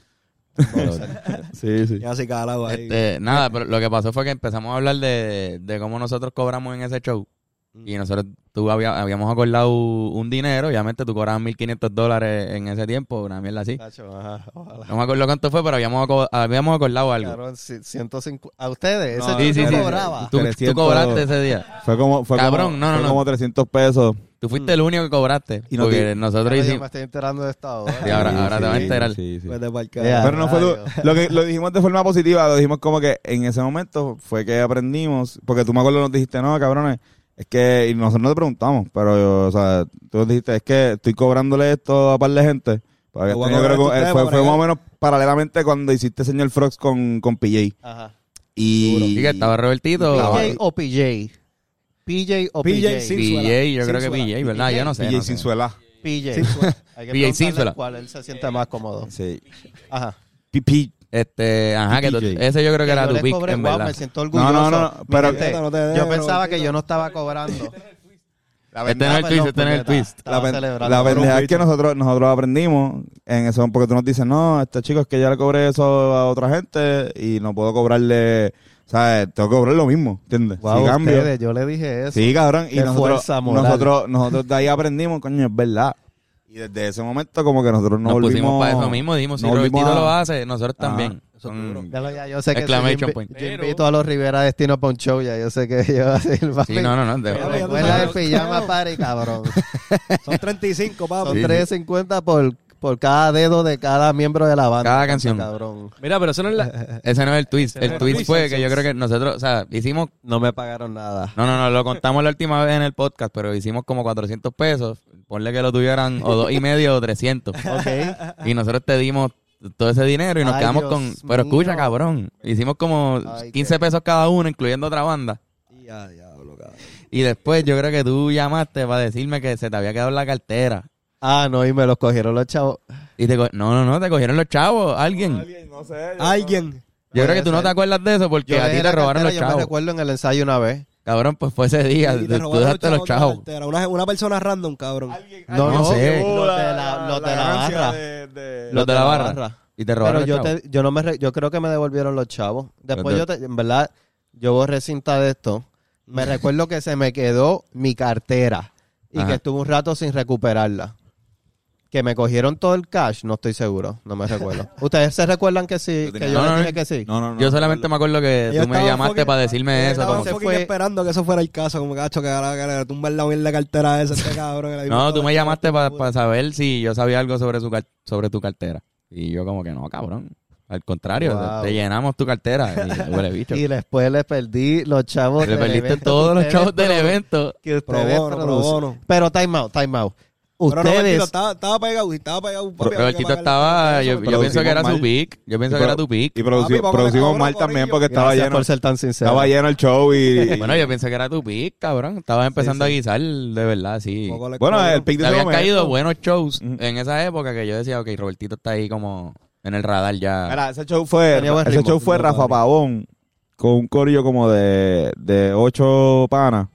S5: Sí, sí.
S3: Y así calado ahí.
S1: Este, nada, pero lo que pasó fue que empezamos a hablar de, de cómo nosotros cobramos en ese show.
S5: Mm.
S1: Y nosotros, tú había- habíamos acordado un dinero, obviamente tú cobrabas 1.500 dólares en ese tiempo, una mierda así.
S4: Tacho, ajá, ojalá.
S1: No me acuerdo cuánto fue, pero habíamos, aco- habíamos acordado algo.
S4: Cabrón, si- 150. A ustedes,
S5: No,
S4: ese
S5: sí,
S4: chico
S5: sí, sí, sí.
S4: cobraba.
S1: Tú, tú
S5: 300
S1: cobraste ese día.
S5: Fue como, fue
S1: Cabrón,
S5: como,
S1: no, no,
S5: fue
S1: no.
S5: como 300 pesos.
S1: Tú fuiste el único que cobraste.
S5: Y no
S1: porque
S5: te-
S1: nosotros
S4: Ahora yo me
S1: hicimos...
S4: estoy enterando de esta hora.
S1: Sí, ahora- ahora te vas a
S5: sí,
S1: enterar.
S5: sí, sí.
S3: Vete pa'l carajo.
S4: Yeah.
S5: Pero no fue
S4: Rayo.
S5: lo que lo dijimos de forma positiva, lo dijimos como que en ese momento fue que aprendimos, porque tú me acuerdo nos dijiste, no, cabrones, es que y nosotros no te preguntamos, pero o sea, tú nos dijiste, es que estoy cobrándole esto a par de gente. Porque
S3: Lo voy a
S5: tengo,
S3: cobrar
S5: creo que-
S3: a ustedes
S5: fue,
S3: para
S5: fue más o
S3: bregar.
S5: menos paralelamente cuando hiciste señor Frogs con, con PJ.
S4: Ajá.
S5: Y,
S1: Sí, que estaba Robertito.
S4: ¿PJ o PJ? PJ o
S3: PJ,
S4: PJ.
S3: sí.
S1: PJ, yo
S3: Sin
S1: creo que
S3: suela.
S1: PJ, ¿verdad? Yo no sé.
S5: PJ
S1: no sé.
S5: sin suela.
S4: PJ. Hay que
S1: PJ
S4: preguntarle
S1: Sinsola.
S4: cuál él se siente más cómodo.
S5: Sí.
S4: Ajá.
S5: P- P-
S1: Este, ajá, que tú-
S5: DJ.
S1: ese yo creo que era
S4: yo
S1: tu
S4: les
S1: pick,
S4: cobré,
S1: en
S4: wow,
S1: verdad.
S4: me siento
S5: No,
S4: orgulloso.
S5: no, no,
S4: Mi
S5: pero-
S4: gente,
S3: No, no te dejes,
S4: yo pensaba
S3: Robertito.
S4: que yo no estaba
S5: Este
S4: cobrando. La
S1: Este no es el twist, este no es el twist.
S5: La, pen-
S4: pendeja
S5: la pendeja es que nosotros, nosotros aprendimos en eso, porque tú nos dices, no, este chico es que ya le cobré eso a otra gente y no puedo cobrarle, ¿sabes? Tengo que cobrar lo mismo, ¿entiendes?
S4: Wow,
S5: si cambio.
S4: ustedes, yo le dije eso.
S5: Sí, cabrón. Y
S4: Qué
S5: nosotros,
S4: fuerza moral.
S5: nosotros, nosotros de ahí aprendimos, coño, es verdad. Y desde ese momento como que nosotros no
S1: Nos
S5: volvimos...
S1: pusimos para eso mismo, dijimos, si
S5: no volvimos
S1: Robertito
S5: a-
S1: lo hace, nosotros
S5: Ajá,
S1: también.
S3: eso
S1: Mm,
S3: seguro.
S4: Ya lo- ya yo sé que si yo,
S1: Exclamation
S4: invi-
S1: point.
S4: yo
S2: Pero-
S4: invito a los Rivera Destino para un show, ya yo sé que [LAUGHS] yo voy a decir, papi,
S1: Sí, no, no, no. de-
S4: me
S3: Pero ya tú
S4: [LAUGHS] Recuerda
S3: sabes
S4: el
S3: lo-
S4: pijama party, cabrón.
S3: Son 35,
S4: Son
S3: papi.
S4: 3.50 por, por cada dedo de cada miembro de la banda.
S1: Cada canción.
S4: Cabrón.
S2: Mira, pero eso no es la...
S1: Ese no es el twist.
S2: Ese no es
S1: El
S2: el
S1: twist
S2: twist,
S1: fue que yo creo que nosotros, o sea, hicimos
S4: No me pagaron nada.
S1: No, no, no, lo contamos la última vez en el podcast, pero hicimos como 400 pesos. Ponle que lo tuvieran o dos y medio o 300.
S4: [LAUGHS] Ok.
S1: Y nosotros te dimos todo ese dinero y nos
S4: Ay,
S1: quedamos
S4: Dios
S1: con... Pero escucha,
S4: mío.
S1: cabrón. Hicimos como
S4: Ay,
S1: 15 pesos cada uno, incluyendo otra banda.
S3: Ya, diablo, cabrón.
S1: Y después yo creo que tú llamaste para decirme que se te había quedado en la cartera.
S4: Ah, no, y me los cogieron los chavos.
S1: Y te... co- No, no, no, te cogieron los chavos, alguien.
S3: Alguien.
S1: Yo creo
S4: Puede
S1: que tú no
S4: ser.
S1: te acuerdas de eso porque
S4: Yo
S1: a ti
S4: dejé
S1: te
S4: la
S1: robaron
S4: cartera,
S1: los
S4: yo me
S1: chavos.
S4: recuerdo en el ensayo una vez.
S1: Cabrón, pues fue ese día.
S3: Y
S1: Tú
S3: te
S1: tú
S3: robaron
S1: dejaste los
S3: de la
S1: chavos.
S3: cartera. Una, una persona random, cabrón.
S1: No, no sé.
S4: Los de la, los de la barra.
S1: Los de la barra. Y te robaron
S4: Pero
S1: los
S4: yo,
S1: chavos.
S4: te, yo no me re- yo creo que me devolvieron los chavos. Después
S1: Pero
S4: yo te- en verdad yo borré cinta de esto. Me recuerdo que se me quedó mi cartera y
S1: Ajá.
S4: que estuve un rato sin recuperarla. Que me cogieron todo el cash, no estoy seguro, no me recuerdo. ¿Ustedes se recuerdan que sí?
S5: Yo tenía-
S4: Que yo
S1: No, no,
S4: les dije
S1: no.
S4: que sí.
S5: No, no, no.
S1: Yo solamente me acuerdo que
S3: Ellos
S1: tú me
S3: estaban
S1: llamaste
S3: fucking-
S1: para decirme
S3: Ellos
S1: eso.
S3: estaban
S1: como que-
S4: se
S3: fucking
S4: fue-
S3: esperando que eso fuera el caso, como cacho, que ahora que le tumban la mierda cartera a ese este cabrón.
S1: [LAUGHS]
S3: que le
S1: no, tú me llamaste para
S3: puta.
S1: saber si yo sabía algo sobre, su car- sobre tu cartera. Y yo como que no, cabrón. Al contrario,
S4: Wow.
S1: te, te llenamos tu cartera.
S4: [LAUGHS]
S1: Y huele bicho.
S4: Y después les perdí los chavos
S1: Le
S4: del
S1: perdiste
S4: evento
S1: todos
S4: que
S1: los
S4: ustedes
S1: chavos del evento.
S4: que
S3: Pro
S4: ustedes
S3: bono, pro
S4: producen.
S3: bono.
S4: Pero time out, time out.
S3: Pero Robertito
S4: Ustedes
S3: estaba, estaba pegado, y estaba pegado. papi, había que
S1: Robertito
S3: pagarle
S1: estaba...
S3: todo
S1: Yo,
S3: eso,
S1: yo pienso que era su
S5: mal.
S1: pick. Yo pienso que
S5: Y pro-
S1: era tu pick.
S5: Y produci-
S3: Papi, vamos a
S5: producimos
S3: acabar
S5: mal
S3: con
S5: también
S3: ello.
S5: porque estaba
S4: gracias
S5: lleno,
S4: por ser tan sincero.
S5: estaba lleno el
S4: [LAUGHS]
S5: show y...
S1: Bueno, yo pienso que era tu pick, cabrón. Estabas empezando
S4: sí.
S1: a guisar, de verdad, sí.
S3: Poco le
S5: Bueno,
S3: cobró.
S5: el pick
S1: Te
S5: de
S1: habían
S5: momento.
S1: caído buenos shows en esa época que yo decía, ok, Robertito está ahí como en el radar ya.
S5: Mira, ese show fue,
S4: Tenía buen
S5: ese
S4: ritmo,
S5: show fue
S4: tenía
S5: Rafa
S4: buen ritmo.
S5: Pavón con un corillo como de, de ocho panas,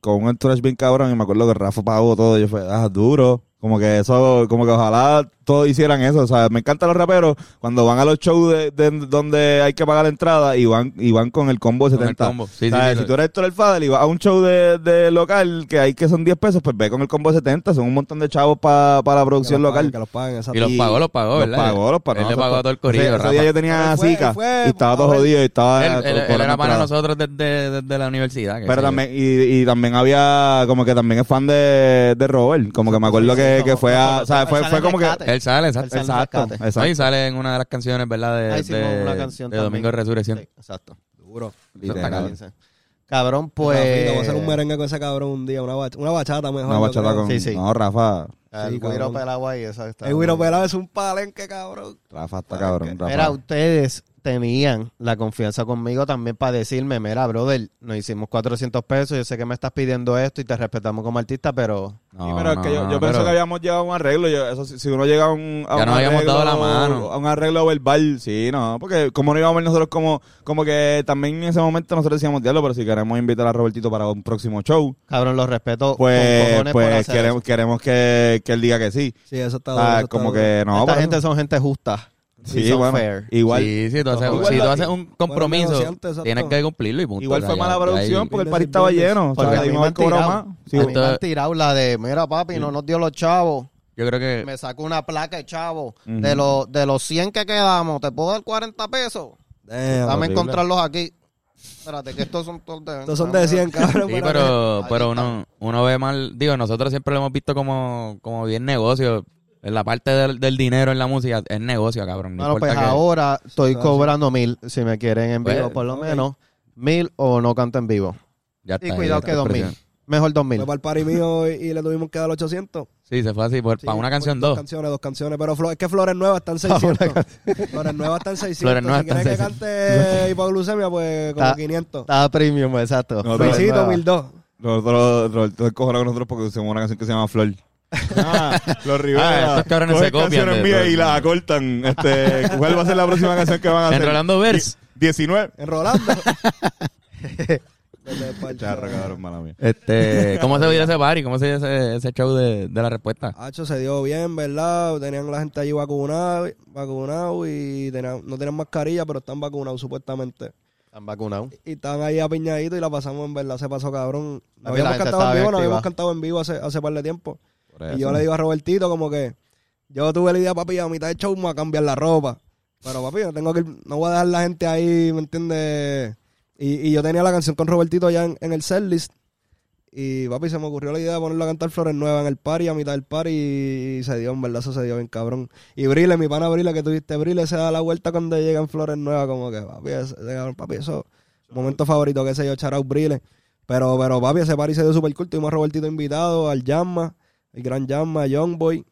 S5: con un entourage bien cabrón, y me acuerdo que Rafa pagó todo, y yo fue, ah, duro. Como que eso, como que ojalá todos hicieran eso, o sea, me encantan los raperos cuando van a los shows de, de- donde hay que pagar la entrada y van, y van con el combo de
S1: Con el
S5: 70.
S1: combo. Sí,
S5: O sea,
S1: sí, sí,
S5: si
S1: lo-
S5: tú eres Héctor el Fadel y vas a un show de, de local que hay que son 10 pesos, pues ve con el combo de 70, son un montón de chavos para la
S3: Que los
S5: producción
S3: paguen,
S5: local.
S3: Que los paguen, exacto.
S1: Y los
S5: Y
S1: pagó, los pagó,
S5: Los
S1: ¿verdad?
S5: pagó, los pagó.
S1: Él le
S5: Nosotros-
S1: pagó a todo el corillo,
S5: Ese, ese
S1: Rafa.
S5: día yo
S3: Pero
S5: tenía
S3: él fue-
S5: zika
S3: él fue
S5: y estaba todo
S3: a ver.
S5: jodido y estaba...
S1: Él, él- él
S5: cobrando
S1: era para
S5: entrada.
S1: nosotros desde, desde la universidad. que
S5: Pero
S1: sí.
S5: también, y, y también había, como que también es fan de, de Robert, como que me acuerdo que, que fue a, o sea, fue, fue como que...
S1: Él sale, exacto.
S4: Él sale,
S1: exacto.
S4: rescate.
S1: No, y
S5: Exacto.
S1: sale en una de las canciones, ¿verdad? De,
S4: Ahí sí,
S1: de-
S4: con una canción
S1: de
S4: también.
S1: Domingo de Resurrección.
S4: Sí, exacto.
S3: Duro.
S5: Literal.
S1: Está cabrón.
S4: Cabrón,
S3: Rafita,
S4: pues.
S3: Vamos a hacer un merengue con ese cabrón un día, una, bach- una bachata mejor.
S5: Una
S3: yo
S5: bachata
S3: creo.
S5: con...
S4: Sí, sí.
S5: No, Rafa,
S4: El
S3: Sí,
S4: güiro
S3: cabrón.
S4: pelado ahí, esa está
S3: El Guiro
S4: muy-
S3: Pelado es un palenque, cabrón.
S5: Rafa está cabrón, Rafa.
S4: Mira, ustedes tenían la confianza conmigo también para decirme, mira, brother, nos hicimos 400 pesos, yo sé que me estás pidiendo esto y te respetamos como artista, pero...
S1: No,
S5: Sí, pero es que
S1: no,
S5: yo,
S1: no,
S5: yo pensé
S1: pero-
S5: que habíamos llegado a un arreglo. Yo, eso, si, si uno llega a un, a
S1: Ya
S5: un
S1: nos habíamos
S5: arreglo,
S1: dado la mano.
S5: A un arreglo verbal, sí, no. Porque como no íbamos a ver nosotros como, como que también en ese momento nosotros decíamos, diablo, pero si queremos invitar a Robertito para un próximo show,
S4: Cabrón, los respeto con
S5: pues,
S4: cojones por
S5: pues
S4: hacer
S5: queremos, queremos que, que él diga que sí.
S3: Sí, eso está
S5: O
S3: duro.
S5: sea,
S3: eso está
S5: Ah, como
S3: duro.
S5: que
S4: eso.
S5: no.
S4: Esta
S5: pero-
S4: gente son gente justa.
S5: sí,
S4: y son
S5: bueno,
S4: fair.
S5: Igual,
S1: Sí, sí, tú haces,
S5: Igual
S1: si tú
S5: la-
S1: haces un compromiso,
S3: negociante, exacto.
S1: tienes que cumplirlo y punto.
S5: igual
S1: O sea,
S5: fue
S1: ya-
S5: mala
S1: ya ahí-
S5: producción porque
S3: Business
S5: el party
S3: is
S5: estaba
S3: business.
S5: lleno. O sea,
S4: Porque a mí
S5: debimos
S4: me han
S5: haber cobrado
S4: tirado.
S5: más. Sí,
S4: A mí me
S1: Esto-
S4: han tirado la de, mira, papi, no nos dio los chavos.
S1: Yo creo que...
S4: Me sacó una placa de chavo.
S5: Ujú.
S4: de, los, de los 100 que quedamos, ¿te puedo dar 40 pesos?
S3: Damn.
S1: Ah,
S4: Dame
S5: horrible.
S4: encontrarlos aquí. Espérate, que estos son todos de...
S3: Estos son de 100, cabrón.
S1: ah, Sí,
S3: que-
S1: pero,
S4: Ahí
S1: pero
S4: está.
S1: uno, uno ve mal... Digo, nosotros siempre lo hemos visto como, como bien negocio. En la parte del, del dinero en la música es negocio, cabrón. No
S4: Bueno, pues
S1: importa que-
S4: ahora estoy
S3: Gracias.
S4: cobrando mil, si me quieren en
S1: Pues,
S4: vivo, por lo
S3: ok.
S4: menos. Mil o no canto en vivo.
S1: Ya está,
S4: Y
S1: ya
S4: cuidado
S1: está
S4: que dos mil.
S1: presionado.
S4: Mejor dos mil.
S3: Fue para el party mío y, y le tuvimos que dar 800.
S1: Sí, se fue así, por,
S3: Sí,
S1: para una
S3: por
S1: canción
S3: dos.
S1: dos.
S3: canciones, dos canciones. Pero Flo- es que Flores Nuevas están 600. Flores
S1: [LAUGHS]
S3: Nuevas están 600.
S1: Flores Nuevas
S3: si quieres que
S1: están
S3: cante hipoglucemia, pues como
S4: Está-
S3: 500.
S4: Está premium, exacto.
S5: No,
S4: Pero
S5: Flores
S3: Luisito,
S4: nada.
S3: 1002.
S5: Nosotros, Roberto se encojonó con nosotros porque usamos una canción que se llama Flor. [LAUGHS] los Rivera.
S1: Ah, estos cabrones
S5: cogen
S1: se copian
S5: canciones
S1: de
S5: mías
S1: todo
S5: y
S1: el
S5: las
S1: mundo.
S5: acortan. Este, ¿Cuál va a ser la próxima canción que van a hacer?
S1: Enrolando Vers.
S5: Die- 19.
S1: [LAUGHS]
S3: Enrolando.
S5: Charra, cabrón, mala mía.
S4: [LAUGHS]
S1: Este, ¿Cómo se dio ese party? ¿Cómo se dio ese, ese show de, de la respuesta?
S3: Hacho se dio bien, ¿verdad? Tenían la gente allí vacunada, vacunado y tenían- no tenían mascarilla, pero están vacunados supuestamente.
S4: Están vacunados.
S3: Y estaban ahí apiñaditos y la pasamos en verdad, se pasó cabrón.
S4: La
S3: No habíamos
S4: gente
S3: cantado en
S4: estaba
S3: vivo, no
S4: bien
S3: habíamos
S4: activa.
S3: cantado en vivo hace, hace par de tiempo.
S5: Por eso.
S3: Y yo le digo a Robertito como que yo tuve la idea, papi, a mitad de show me voy a cambiar la ropa. Pero papi, yo tengo que ir- no voy a dejar la gente ahí, ¿me entiendes? Y, y yo tenía la canción con Robertito ya en, en el setlist. Y papi, se me ocurrió la idea de ponerla a cantar Flores Nuevas en el party, a mitad del party, y se dio, en verdad, eso se dio bien cabrón. Y Brile, mi pana Brile, que tuviste Brile, se da la vuelta cuando llegan Flores Nuevas, como que, papi, ese, ese cabrón, papi, eso, momento favorito, qué sé yo, Charao Brile. Pero, pero, papi, ese party se dio súper cool, tuvimos a Robertito invitado, al Yamma, el gran Yamma, Young Boy.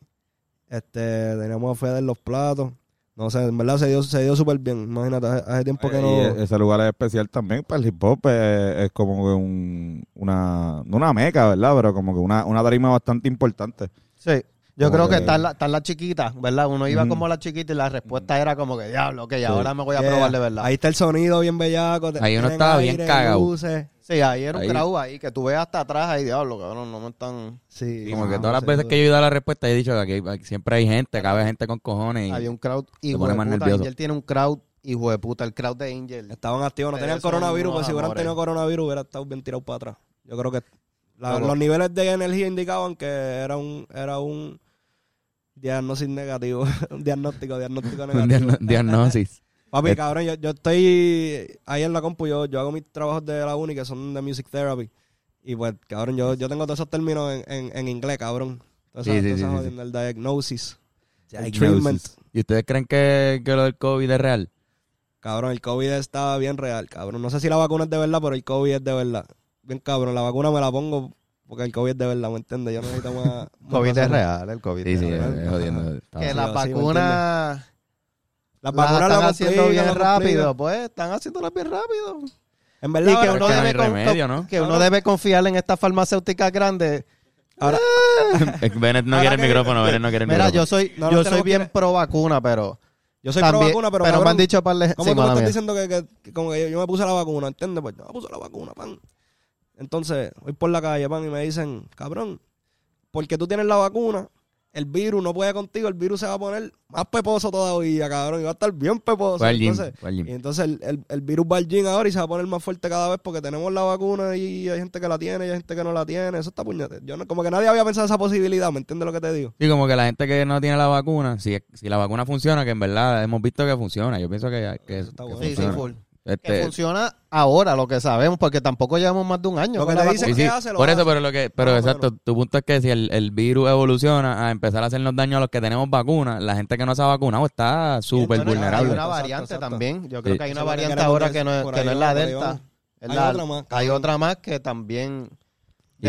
S3: Este, teníamos a Fede en los platos. No sé, en verdad se dio se dio súper bien. Imagínate, hace, hace tiempo que
S5: Ay,
S3: no.
S5: Eh, y e-, ese lugar es especial también para el hip hop. eh, Es, como que un, una, no una meca, ¿verdad? Pero como que una, una tarima bastante importante.
S4: Sí. Yo
S5: Como
S4: creo que
S5: que-
S4: están las la chiquitas, ¿verdad? Uno iba
S5: Ujú.
S4: como la chiquita y la respuesta era como que, diablo, ok, ahora me voy a
S3: Yeah.
S4: probar de verdad.
S3: Ahí está el sonido bien bellaco. te-
S1: Ahí uno
S3: tienen
S1: estaba bien
S3: aire,
S1: cagao.
S3: luces.
S4: sí, ahí era un
S1: Ahí.
S4: crowd ahí, que tú ves hasta atrás, ahí, diablo, cabrón, no me están...
S3: Sí.
S1: Como
S3: sí,
S1: que
S3: no,
S1: todas las
S3: sin
S1: veces
S3: duda.
S1: que yo he ido a la respuesta he dicho que aquí hay- siempre hay gente, cabe gente con cojones. y-
S4: Había un crowd y
S1: pone más
S4: puta,
S1: nervioso.
S4: Angel tiene un crowd hijo de puta, el crowd de Angel.
S3: Estaban activos, no
S4: Pero
S3: tenían
S4: son
S3: coronavirus,
S4: unos
S3: porque si hubieran
S4: amores.
S3: tenido coronavirus hubiera estado bien tirado para atrás. Yo creo que la-
S4: Loco.
S3: los niveles de energía indicaban que era un era un diagnóstico negativo, [LAUGHS] un diagnóstico, diagnóstico negativo.
S1: [LAUGHS] un Eh. diagno-
S4: [LAUGHS]
S1: diagnosis.
S3: Papi,
S1: Et-
S3: cabrón, yo, yo estoy ahí en la compu, yo, yo hago mis trabajos de la uni que son de music therapy. Y pues, cabrón, yo, yo tengo todos esos términos en, en, en inglés, cabrón. Todas
S1: Sí,
S3: esas-
S1: sí,
S3: todas
S1: sí,
S3: esas
S1: sí,
S3: jodiendas, El diagnosis. El
S1: Diagnosis.
S3: treatment.
S1: ¿Y ustedes creen que, que lo del COVID es real?
S3: Cabrón, el COVID está bien real, cabrón. No sé si la vacuna es de verdad, pero el COVID es de verdad. Bien, cabrón, la vacuna me la pongo porque el COVID es de verdad, ¿me entiendes? Yo necesito
S4: [LAUGHS]
S3: más... más
S4: COVID es
S3: vacunas.
S4: real, el COVID
S1: Sí,
S4: es
S1: sí,
S4: real.
S1: es jodiendo. estaba-
S4: Que
S3: Sí,
S4: las
S3: sí, me
S4: vacunas
S3: Las
S4: las
S3: vacunas
S4: están
S3: la
S4: haciendo
S3: complican,
S4: bien
S3: la complican.
S4: rápido, pues, están haciéndolas bien rápido.
S3: En
S4: Y
S3: verdad,
S4: que
S3: ahora-
S4: uno
S1: que no hay
S4: debe con-
S1: remedio, ¿no?
S4: que uno debe confiar en estas farmacéuticas grandes.
S3: ahora,
S1: Bennett
S4: [LAUGHS]
S1: no quiere el micrófono, Bennett no quiere el
S4: Mira,
S1: micrófono.
S4: yo soy,
S3: No, no
S4: yo
S3: tenemos
S4: soy bien
S3: que-
S4: pro vacuna, pero.
S3: yo soy
S4: también-
S3: pro vacuna, pero,
S4: me
S3: cabrón,
S4: han dicho para [LAUGHS]
S3: ¿Cómo tú me estás diciendo que, que- que como que yo, yo me puse la vacuna, ¿entiendes? Pues yo me puse la vacuna, pan. Entonces, voy por la calle, pan, y me dicen, cabrón, porque tú tienes la vacuna, el virus no puede contigo, el virus se va a poner más peposo todavía, cabrón, y va a estar bien peposo.
S1: Fue al gym,
S3: entonces,
S1: fue al gym.
S3: y entonces el, el- el virus va al gym ahora y se va a poner más fuerte cada vez porque tenemos la vacuna y hay gente que la tiene y hay gente que no la tiene. Eso está puñete. Yo no- como que nadie había pensado esa posibilidad, ¿me entiendes lo que te digo?
S1: Sí, como que la gente que no tiene la vacuna, si, si la vacuna funciona, que en verdad hemos visto que funciona, yo pienso que, que,
S3: Eso está
S1: que
S3: bueno.
S4: Sí, sí,
S1: funciona.
S4: full. Que
S1: Este,
S4: funciona ahora lo que sabemos, porque tampoco llevamos más de un año.
S3: Lo
S4: con
S3: que
S4: la
S3: te
S4: vacuna.
S3: dicen
S1: sí, sí,
S3: que hace, lo
S1: por eso,
S3: hace.
S1: pero lo que, pero
S3: Más o
S1: exacto, tu punto es que si el, el virus evoluciona a empezar a hacernos daño a los que tenemos vacunas, la gente que no se ha vacunado está súper
S4: Bueno, Hay
S1: vulnerable. Eh,
S4: una
S3: Exacto,
S4: variante
S3: exacto.
S4: también. Yo creo
S1: Sí.
S4: que
S3: Eso
S4: hay una
S3: es lo que
S4: variante
S3: queremos
S4: ahora
S3: decir.
S4: que no, es-
S3: Por
S4: que
S3: ahí
S4: no es
S3: va,
S4: la
S3: por ahí
S4: delta.
S3: va.
S4: Es
S3: Hay
S4: la-
S3: otra más,
S4: Hay
S3: cabrón.
S4: otra más que también. De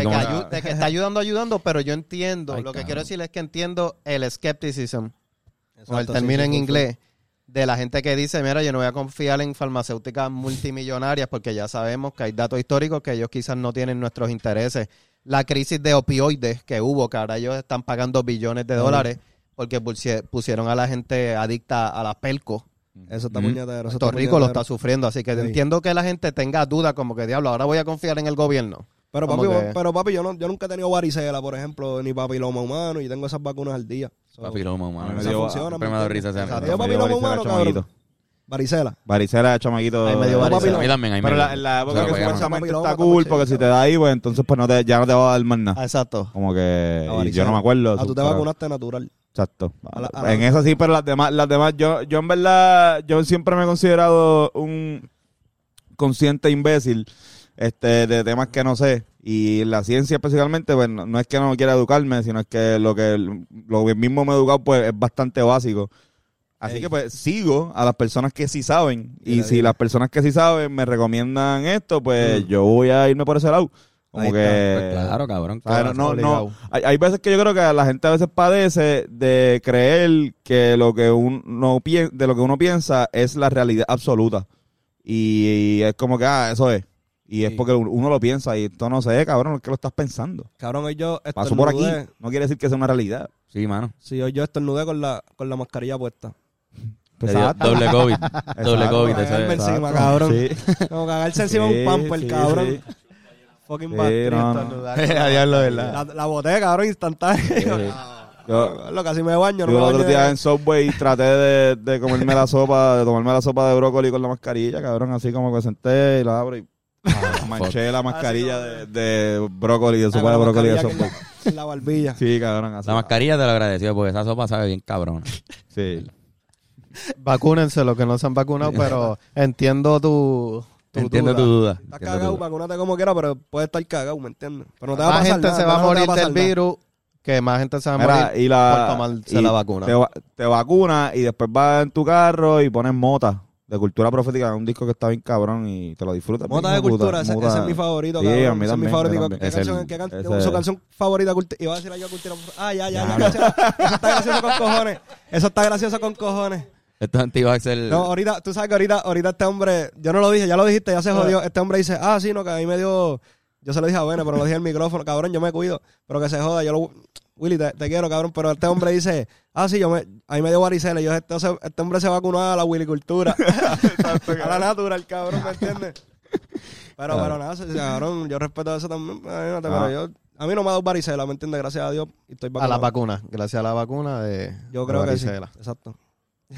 S1: Y
S4: que,
S1: como-
S4: ayu- de que está ayudando, ayudando, pero yo entiendo.
S1: Ay,
S4: lo que
S1: cabrón.
S4: quiero decir es que entiendo el skepticism, o el
S3: Exacto,
S4: término
S3: sí, sí,
S4: en
S3: full, full.
S4: inglés, de la gente que dice: Mira, yo no voy a confiar en farmacéuticas multimillonarias porque ya sabemos que hay datos históricos que ellos quizás no tienen nuestros intereses. La crisis de opioides que hubo, que ahora ellos están pagando billones de dólares porque pulsie- pusieron a la gente adicta a las pelcos.
S3: Eso está
S1: Mm.
S3: puñetero. eso
S4: Puerto
S3: está
S4: Rico lo
S3: puñetero.
S4: está sufriendo, así que
S3: Sí.
S4: entiendo que la gente tenga dudas como que diablo, ahora voy a confiar en el gobierno.
S3: Pero
S4: Como
S3: papi,
S4: que-
S3: pero papi yo, no, yo nunca he tenido varicela, por ejemplo, ni papiloma humano, y tengo esas vacunas al día. So,
S1: Papiloma, humano.
S5: Eso
S1: Eso
S3: funciona,
S1: siempre me ha dado risa. esa-
S4: Exacto.
S1: esa-
S3: Yo papiloma
S5: Varicela,
S3: humano,
S5: chamaquito.
S3: cabrón. Varicela.
S5: Varicela de chamaquito.
S4: Ay, me dio
S5: eh,
S4: varicela.
S1: A mí también, a mí
S5: Pero
S1: me-
S5: la, en la época
S1: se
S5: que
S1: lo pegaron.
S5: supuestamente
S3: Papiloma
S5: está
S3: está
S5: cool,
S3: muy
S5: porque si
S3: chévere.
S5: te da ahí, pues entonces pues no te, ya no te va a dar más
S3: Ah.
S5: nada.
S4: exacto.
S5: Como que
S3: La
S5: y yo
S3: varicela.
S5: no me acuerdo.
S3: Ah, tú te
S5: pero-
S3: vacunaste natural.
S5: Exacto.
S3: A la- a la-
S5: en eso sí, pero las demás, las demás, yo, yo en verdad, yo siempre me he considerado un consciente imbécil este, de temas que no sé. Y la ciencia especialmente, pues no, no es que no quiera educarme, sino es que lo que lo que mismo me he educado, pues es bastante básico. Así
S3: Ey.
S5: que pues sigo a las personas que sí saben. Y
S3: Mira,
S5: si
S3: mira.
S5: las personas que sí saben me recomiendan esto, pues yo voy a irme por ese lado. Como
S3: Mm. Ahí
S5: que...
S1: Pues claro, cabrón.
S5: Ah, no,
S4: Claro,
S5: no,
S4: obligado.
S5: no. Hay, hay veces que yo creo que la gente a veces padece de creer que lo que uno pien- de lo que uno piensa es la realidad absoluta. Y, es como que, ah, eso es. Y es porque uno lo piensa y esto no sé, cabrón, ¿qué lo estás pensando?
S3: Cabrón, hoy yo estornudé.
S5: Pasó por aquí. No quiere decir que sea una realidad.
S1: Sí, mano.
S3: Sí, hoy yo estornudé con la, con la mascarilla puesta.
S1: Le dio
S5: Pues Exacto.
S1: Doble COVID. doble
S5: [LAUGHS] Exacto. Pues
S1: COVID. eso
S3: Cagarme
S1: es.
S3: encima,
S5: Exacto.
S3: cabrón.
S5: Sí.
S3: Como cagarse [LAUGHS] encima de
S5: Sí,
S3: un pamper,
S5: sí,
S3: cabrón.
S5: sí.
S3: Fucking
S5: Sí,
S3: bastard.
S5: no, no.
S3: [LAUGHS]
S4: Estornudar.
S3: La, la boté, cabrón, instantáneo. [LAUGHS]
S5: Yo,
S3: Lo casi me baño, no
S5: yo
S3: me
S5: el otro
S3: baño
S5: día
S3: de-
S5: en Subway traté de, de comerme la sopa, de tomarme la sopa de brócoli con la mascarilla, cabrón, así como que senté y la abro y ah,
S3: [LAUGHS]
S5: manché
S4: Ah,
S5: la mascarilla de, de brócoli, de sopa de
S3: Cabrón,
S5: brócoli de
S3: mascarilla
S5: Subway.
S3: aquí en la- en La barbilla.
S5: Sí, cabrón, así.
S1: La mascarilla te lo agradeció porque esa sopa sabe bien cabrón.
S5: Sí.
S4: Vacúnense los que no se han vacunado, pero entiendo tu. tu
S1: Entiendo
S4: duda.
S1: tu duda.
S3: Estás
S1: entiendo tu
S3: cagado,
S1: duda.
S3: vacunate como quiera, pero puede estar cagado, ¿me entiendes? Pero no te va a
S4: Más
S3: pasar
S4: gente
S3: nada,
S4: se va a
S3: no te
S4: morir
S3: pasar
S4: del
S3: nada.
S4: virus que más gente se va a
S5: Mira,
S4: morir
S5: y la,
S4: por tomarse
S5: y
S4: la vacuna.
S5: Te, va- te vacuna y después vas en tu carro y pones mota de cultura profética, un disco que está bien cabrón y te lo disfrutas.
S3: Mota de
S5: Hijo puta,
S3: cultura, ese,
S5: mota.
S3: ese es mi favorito,
S5: Sí,
S3: cabrón.
S5: a mí
S3: ese
S5: también,
S3: es mi
S5: yo
S3: favorito.
S5: también.
S3: ¿Qué
S1: Es
S3: canción,
S1: el-
S3: qué can-
S5: ese
S3: su
S5: es-
S3: canción favorita? culti- Iba a decir yo cultura. Ah, ya, ya, ya. canción- Eso está gracioso con cojones. Eso está gracioso con cojones.
S1: Esto es anti-vaxxer.
S3: No, ahorita, tú sabes que ahorita, ahorita este hombre, yo no lo dije, ya lo dijiste, ya se jodió. Este hombre dice, ah, sí, no, que a mí me dio. Yo se lo dije a Bene, pero lo dije en el micrófono, cabrón, yo me cuido. Pero que se joda, yo lo. Willy, te, te quiero, cabrón, pero este hombre dice, ah, sí, yo me, a mí me dio varicela. Y Yo, este, este hombre se vacunó a la [LAUGHS] Willicultura. a la natural, cabrón, ¿me entiendes? Pero, pero nada, se- se- cabrón, yo respeto eso también. pero imagínate,
S5: Ah.
S3: pero yo- a mí no me ha dado varicela, ¿me entiendes? Gracias a Dios, y estoy
S4: a
S3: vacunado.
S4: la vacuna. Gracias a la vacuna de.
S3: Yo
S4: de
S3: creo que sí.
S4: varicela.
S3: Exacto.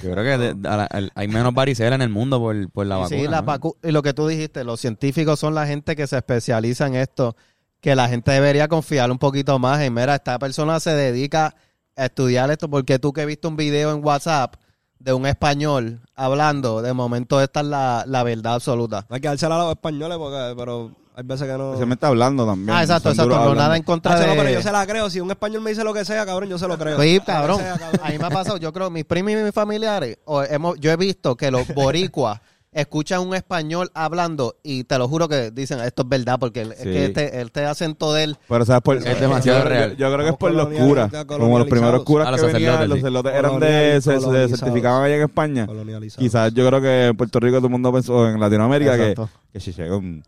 S1: Yo creo que de- a la- al- hay menos varicela en el mundo por, por la
S4: Y
S1: vacuna.
S4: sí, la
S5: ¿eh?
S1: ¿no?
S4: vacu- y lo que tú dijiste, los científicos son la gente que se especializa en esto, que la gente debería confiar un poquito más en, mira, esta persona se dedica a estudiar esto, porque tú que viste un video en WhatsApp de un español hablando, de momento esta es la, la verdad absoluta.
S3: No hay que dársela a los españoles, porque, pero hay veces que no.
S5: Se me está hablando también.
S4: ah, exacto,
S5: Son duros
S4: exacto, no
S5: hablando.
S4: nada en contra
S3: Hacho,
S4: de...
S3: no, pero yo se la creo. Si un español me dice lo que sea, cabrón, yo se lo creo.
S4: Eh. Sí,
S3: Lo que
S4: Pues, cabrón.
S3: sea,
S4: [LAUGHS]
S3: cabrón.
S4: A mí me ha pasado, yo creo, mis primos y mis familiares, o hemos, yo he visto que los boricuas escuchan un español hablando y te lo juro que dicen, esto es verdad, porque el- es
S5: Sí.
S4: que este, este acento de él
S5: Pero sabes por
S1: Es demasiado
S5: yo, yo-
S1: real.
S5: Yo, creo que es por los
S3: Colonial-
S5: curas.
S3: ya
S5: Como los primeros
S3: colonializados.
S5: curas
S1: Ah, los
S5: que venían,
S1: sacerdotes,
S5: los
S1: sí.
S5: sacerdotes eran de se, se
S3: Colonializados.
S5: certificaban allá en España.
S3: Colonializado.
S5: Quizás yo creo que en Puerto Rico todo el mundo pensó en Latinoamérica que,
S4: Exacto.
S5: que si llega un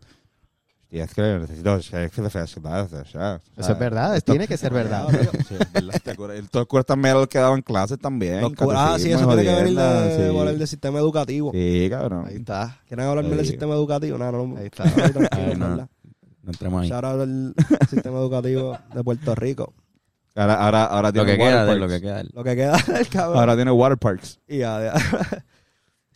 S5: y es que necesito es que te fijas, ¿verdad? O sea,
S4: Eso es verdad,
S5: esto-
S4: tiene que [LAUGHS] ser verdad.
S1: [LAUGHS]
S5: Sí, es verdad, te acuerdas. Todos los curas también eran los que daban clases también.
S3: Los curas- ah, sí, eso
S5: catecismo y
S3: tiene que venir
S5: jodienda,
S3: de,
S5: sí.
S3: por el del sistema educativo.
S5: Sí, cabrón.
S4: Ahí está.
S3: ¿Quieren hablarme del
S5: Sí.
S3: sistema educativo? Nah, no, no.
S4: Ahí está.
S3: Ahí tranquilo,
S1: Ay, no.
S3: ¿verdad?
S1: No entremos ahí.
S3: Shout out al [LAUGHS] sistema educativo de Puerto Rico.
S5: Ahora, ahora, ahora
S1: Lo
S5: tiene
S1: que queda, de
S5: waterparks.
S1: lo que queda.
S3: Lo
S5: [LAUGHS]
S3: que queda el cabrón.
S5: Ahora tiene waterparks.
S3: Y ya, [LAUGHS] ya.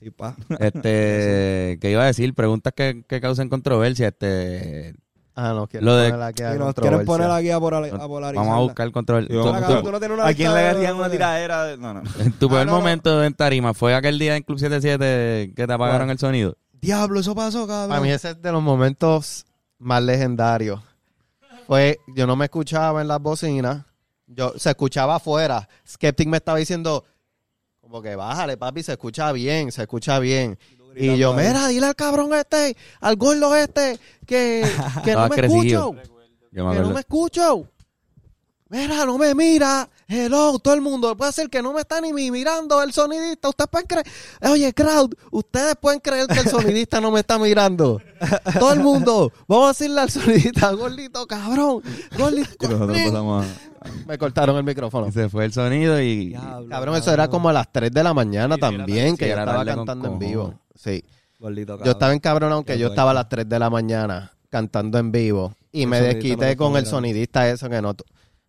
S3: Y pa.
S1: Este, que iba a decir, preguntas que, que causan controversia. Este,
S4: Ah, no, quiero
S1: Lo de-
S4: poner aquí a
S3: Y nos quieren
S4: controversia.
S3: poner aquí a, polar, a polarizar.
S1: vamos a buscar controversia.
S5: Sí,
S1: [LAUGHS]
S5: vamos
S1: Tu-
S5: a
S1: tu-
S5: buscar.
S3: Cabrón, tú no tienes una
S5: ¿A quién le
S3: lista de-
S5: harían una tiradera? de- No, no.
S1: Tu peor
S3: no, no.
S1: momento en tarima fue aquel día en Club 77 que te apagaron el sonido.
S3: Diablo, eso pasó, cabrón.
S4: Para mí ese es de los momentos más legendarios. Fue, yo no me escuchaba en las bocinas, yo se escuchaba afuera. Skeptic me estaba diciendo, como que bájale, papi, se escucha bien, se escucha bien. Y yo, mira, dile al cabrón este, al gordo este, que, que no
S1: Estabas
S4: me
S1: crecido.
S4: escucho,
S1: Yo me
S4: que no
S1: acuerdo.
S4: me escucho. Mira, no me mira. Hello, todo el mundo. Puede ser que no me está ni mi- mirando el sonidista. Ustedes pueden creer. Oye, crowd, ustedes pueden creer que el sonidista no me está mirando. Todo el mundo. Vamos a decirle al sonidista, gordito, cabrón.
S5: Y nosotros
S4: Gordito.
S5: empezamos a...
S4: Me cortaron el micrófono.
S1: Se fue el sonido y.
S3: Diablo,
S4: Cabrón, eso era como a las 3 de la mañana también,
S1: sí,
S4: que yo
S1: era
S4: estaba
S1: tarde con
S4: cantando en vivo.
S1: cojones. pues.
S4: Sí.
S3: Gordito,
S4: Yo
S3: cabrón.
S4: estaba encabronado que
S3: Qué
S4: yo
S3: bueno.
S4: estaba a las 3 de la mañana cantando en vivo y me
S3: sonidista no
S4: desquité
S3: te
S4: con el
S3: toleraba.
S4: sonidista eso que no...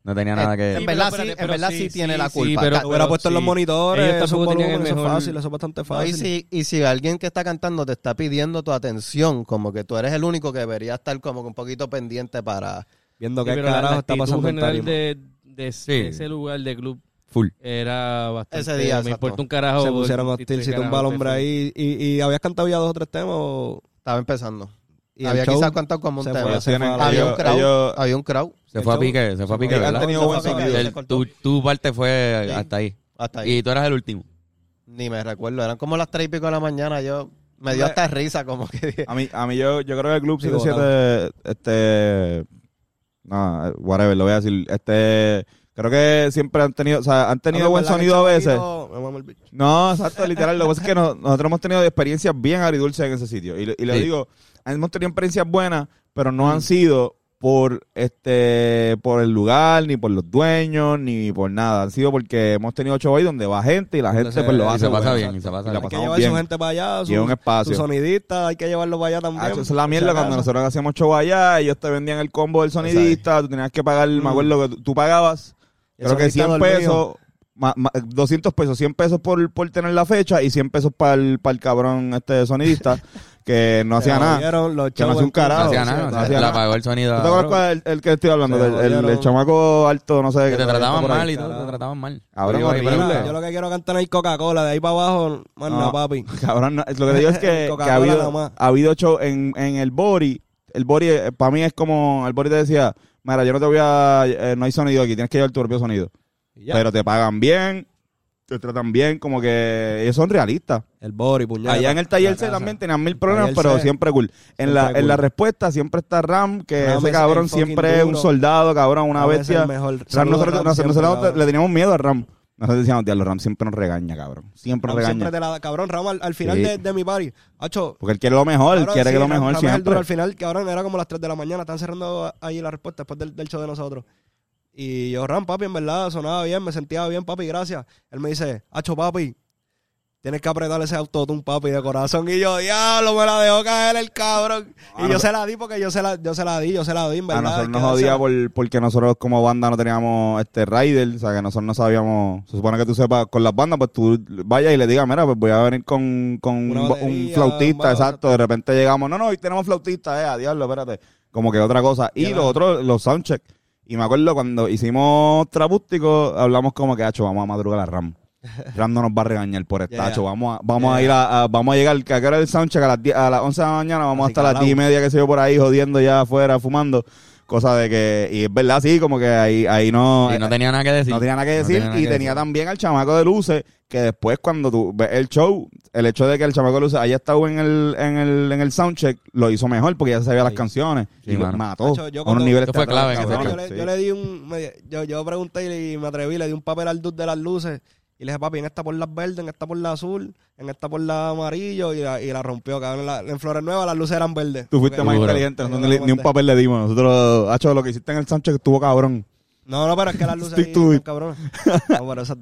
S1: No tenía nada
S4: En
S1: que.
S4: verdad sí, en verdad sí tiene la culpa. Ca-
S3: Lo hubiera puesto en los monitores,
S2: Ellos
S3: eso, es
S2: tampoco tenían
S3: volumen,
S2: el
S3: eso es
S2: mejor-
S3: fácil, eso es bastante
S4: No, y,
S3: fácil.
S4: si, y si alguien que está cantando te está pidiendo tu atención, como que tú eres el único que debería estar como que un poquito pendiente para...
S3: Viendo
S2: Sí,
S3: qué
S2: pero la- la
S3: carajo está
S2: actitud
S3: pasando en
S2: general
S3: tarima.
S2: de, de
S1: Sí.
S2: ese lugar de club
S1: Full.
S2: era bastante...
S4: Ese día,
S2: me
S4: exacto.
S2: importa un carajo.
S3: Se pusieron
S2: el-
S3: hostil,
S2: el
S3: si tumba
S2: carajo
S3: al
S2: que
S3: hombre
S2: fue.
S3: ahí. Y, y habías cantado ya dos o tres temas. o-
S4: Estaba empezando.
S3: Y el
S4: había
S3: show
S4: quizás cantado como un
S3: se
S4: tema.
S3: fue, se fue a la-
S4: Había, un
S5: Ellos-
S4: crowd,
S5: ellos-
S4: había un crowd.
S1: Se fue a pique, se fue a pique,
S5: Han
S1: ¿verdad?
S5: tenido buen sonido.
S1: El- tu, tu parte fue hasta ahí.
S4: Hasta ahí.
S1: Y tú eras el último.
S4: Ni me recuerdo. Eran como las tres y pico de la mañana. Yo me dio hasta risa como que...
S5: [LAUGHS]
S4: dije,
S5: A mí, a mí yo, yo creo que el Club
S3: Digo,
S5: 77, este, nada, whatever, lo voy a decir, este, creo que siempre han tenido, o sea, han tenido
S3: Hombre,
S5: buen
S3: Ah, ¿verdad que
S5: sonido a
S3: el
S5: veces.
S3: chamaquito- me mama el bicho.
S5: No, exacto, literal, lo que pasa es que no- nosotros hemos tenido experiencias bien agridulces en ese sitio, y, le- y le
S1: Sí.
S5: digo, hemos tenido experiencias buenas, pero no
S3: Mm.
S5: han sido por este por el lugar, ni por los dueños, ni por nada. Han sido porque hemos tenido ocho hoy donde va gente y la gente
S1: se-
S5: pues lo
S1: y
S5: hace.
S1: se pasa
S5: bueno,
S1: bien,
S5: exacto.
S1: y se pasa
S5: la
S1: bien.
S3: Hay que
S5: pasamos
S3: llevar
S5: bien.
S3: su gente para allá,
S5: Y es
S3: su,
S5: un espacio.
S3: su sonidista, hay que llevarlo para allá también.
S5: Ah, eso es la mierda
S3: Por si
S5: cuando
S3: acaso.
S5: nosotros hacíamos show allá, ellos te vendían el combo del sonidista, tú tenías que pagar,
S3: Mm.
S5: me acuerdo que tú- tú pagabas,
S3: El
S5: creo que
S3: sonidista
S5: 100
S3: dormido.
S5: pesos, ma- ma- 200 pesos, 100 pesos por, por tener la fecha y 100 pesos para el, para el cabrón este
S3: [LAUGHS]
S5: sonidista que no
S3: Se
S5: hacía nada.
S3: jodieron los
S5: Que no
S3: chavos
S5: hacía un
S3: del-
S5: carajo.
S1: no hacía
S5: sí,
S1: nada,
S5: no
S1: o sea,
S5: hacía
S1: le
S5: nada.
S1: apagó el sonido.
S5: ¿Tú
S1: a-
S5: te acuerdas cuál es el, el que estoy hablando?
S3: Se
S5: Del- el, el
S3: jodieron.
S5: chamaco alto, no sé.
S1: Que te trataban
S5: por ahí.
S1: mal y todo,
S3: carajo.
S1: te trataban mal.
S5: Cabrón,
S1: Yo iba ahí para el
S5: horrible.
S1: lado.
S3: Yo lo que quiero cantar es Coca-Cola, de ahí para abajo, más
S5: No.
S3: nada, papi.
S5: [LAUGHS] Cabrón, no, lo que te digo
S3: [LAUGHS]
S5: es que, que
S3: Coca-Cola
S5: ha
S3: nada
S5: habido,
S3: más.
S5: ha habido show en, en el Bori. El Bori, para mí es como, el Bori te decía, mira, yo no te voy a, eh, no hay sonido aquí, tienes que llevar tu propio sonido.
S3: Y ya.
S5: Pero te pagan bien, te tratan bien, como que ellos son realistas.
S3: El Bori, puñal.
S5: Allá en el taller C
S3: casa.
S5: también tenían mil problemas,
S3: Taller
S5: pero
S3: C,
S5: siempre cool. En
S3: siempre
S5: la, en la
S3: cool.
S5: respuesta siempre está Ram, que
S3: Ram
S5: ese
S3: es
S5: cabrón
S3: el fucking
S5: siempre es un
S3: duro.
S5: soldado, cabrón, una
S3: Ram es
S5: bestia.
S3: el mejor.
S5: Ram,
S3: Saludos,
S5: nosotros
S3: Ram,
S5: nosotros-
S3: siempre,
S5: nosotros
S3: cabrón.
S5: le teníamos miedo a Ram. Nosotros decíamos, diablo, Ram siempre nos regaña, cabrón. Siempre nos
S3: Ram
S5: regaña.
S3: siempre te la da, cabrón, Ram, al, al final
S5: Sí.
S3: de, de mi party. Hacho,
S5: Porque él quiere lo mejor, él
S3: cabrón,
S5: quiere
S3: sí,
S5: que lo
S3: Ram-
S5: mejor
S3: Ram es el
S5: siempre.
S3: duro al final, que ahora era como las 3 de la mañana, están cerrando ahí la respuesta después del, del show de nosotros. Y yo, Ram, papi, en verdad, sonaba bien, me sentía bien, papi, gracias. Él me dice, Hacho, papi, tienes que apretar ese autotune, papi, de corazón. Y yo, diablo, me la dejó caer el cabrón.
S5: Ah,
S3: y yo
S5: no-
S3: se la di porque yo se la, yo se la di, yo se la di, en verdad.
S5: a nosotros
S3: hay
S5: nos
S3: que dársela.
S5: jodía por- porque nosotros como banda no teníamos este rider, o sea que nosotros no sabíamos, se supone que tú sepas con las bandas, pues tú vayas y le digas, mira, pues voy a venir con, con un,
S3: Una
S5: ba- un
S3: batería, un
S5: flautista,
S3: bajo,
S5: exacto, de repente llegamos, no, no, hoy tenemos flautista, eh, a diablo, espérate, como que otra cosa, y
S3: Ya
S5: los
S3: la-
S5: otros, los soundcheck, y me acuerdo cuando hicimos trabústico, hablamos como que, hacho, vamos a madrugar
S3: [LAUGHS]
S5: a Ram. Ram no nos va a regañar por
S3: Ya,
S5: esta,
S3: ya.
S5: hacho, vamos a, vamos a ir a, a- vamos a llegar, que a qué hora es el soundcheck a las, 10 a las 11 de la mañana, vamos
S3: Así
S5: hasta las
S3: calado.
S5: 10 y media que se yo por ahí jodiendo ya afuera, fumando. Cosa de que, y es verdad, sí, como que ahí, ahí no,
S1: Y no
S5: eh,
S1: tenía nada que decir.
S5: no tenía nada que decir.
S1: tenía nada
S5: y
S1: que
S5: tenía
S1: decir.
S5: también al chamaco de luces, que después cuando tú ves el show, el hecho de que el chamaco de luces haya estado en el, en el, en el soundcheck, lo hizo mejor porque ya se sabía las canciones.
S1: Sí,
S5: y pues
S1: mano.
S5: mató
S3: Hacho, yo
S5: a unos
S3: cuando-
S5: niveles
S1: Eso fue clave
S5: teatrales,
S1: en ese
S3: Cabrón,
S5: cabrón.
S3: yo, le,
S5: Sí.
S3: yo le di un. me- yo, yo pregunté y me atreví, le di un papel al dude de las luces. Y le dije, papi, en esta por las verdes, en esta por la azul, en esta por la amarillo. Y la, y la rompió, cabrón. En, la- en Flores Nuevas las luces eran verdes.
S5: Tú fuiste
S3: Ok.
S5: más
S1: Duro.
S5: inteligente,
S3: Yo
S5: nosotros
S3: le
S5: ni, ni un
S3: mandé.
S5: papel le dimos. Nosotros, hacho, lo que hiciste en el soundcheck estuvo cabrón.
S3: No, no, pero es que
S5: [LAUGHS]
S3: las luces.
S5: Stick
S3: ahí
S5: to
S3: son
S5: it.
S3: cabronas. No, pero esa-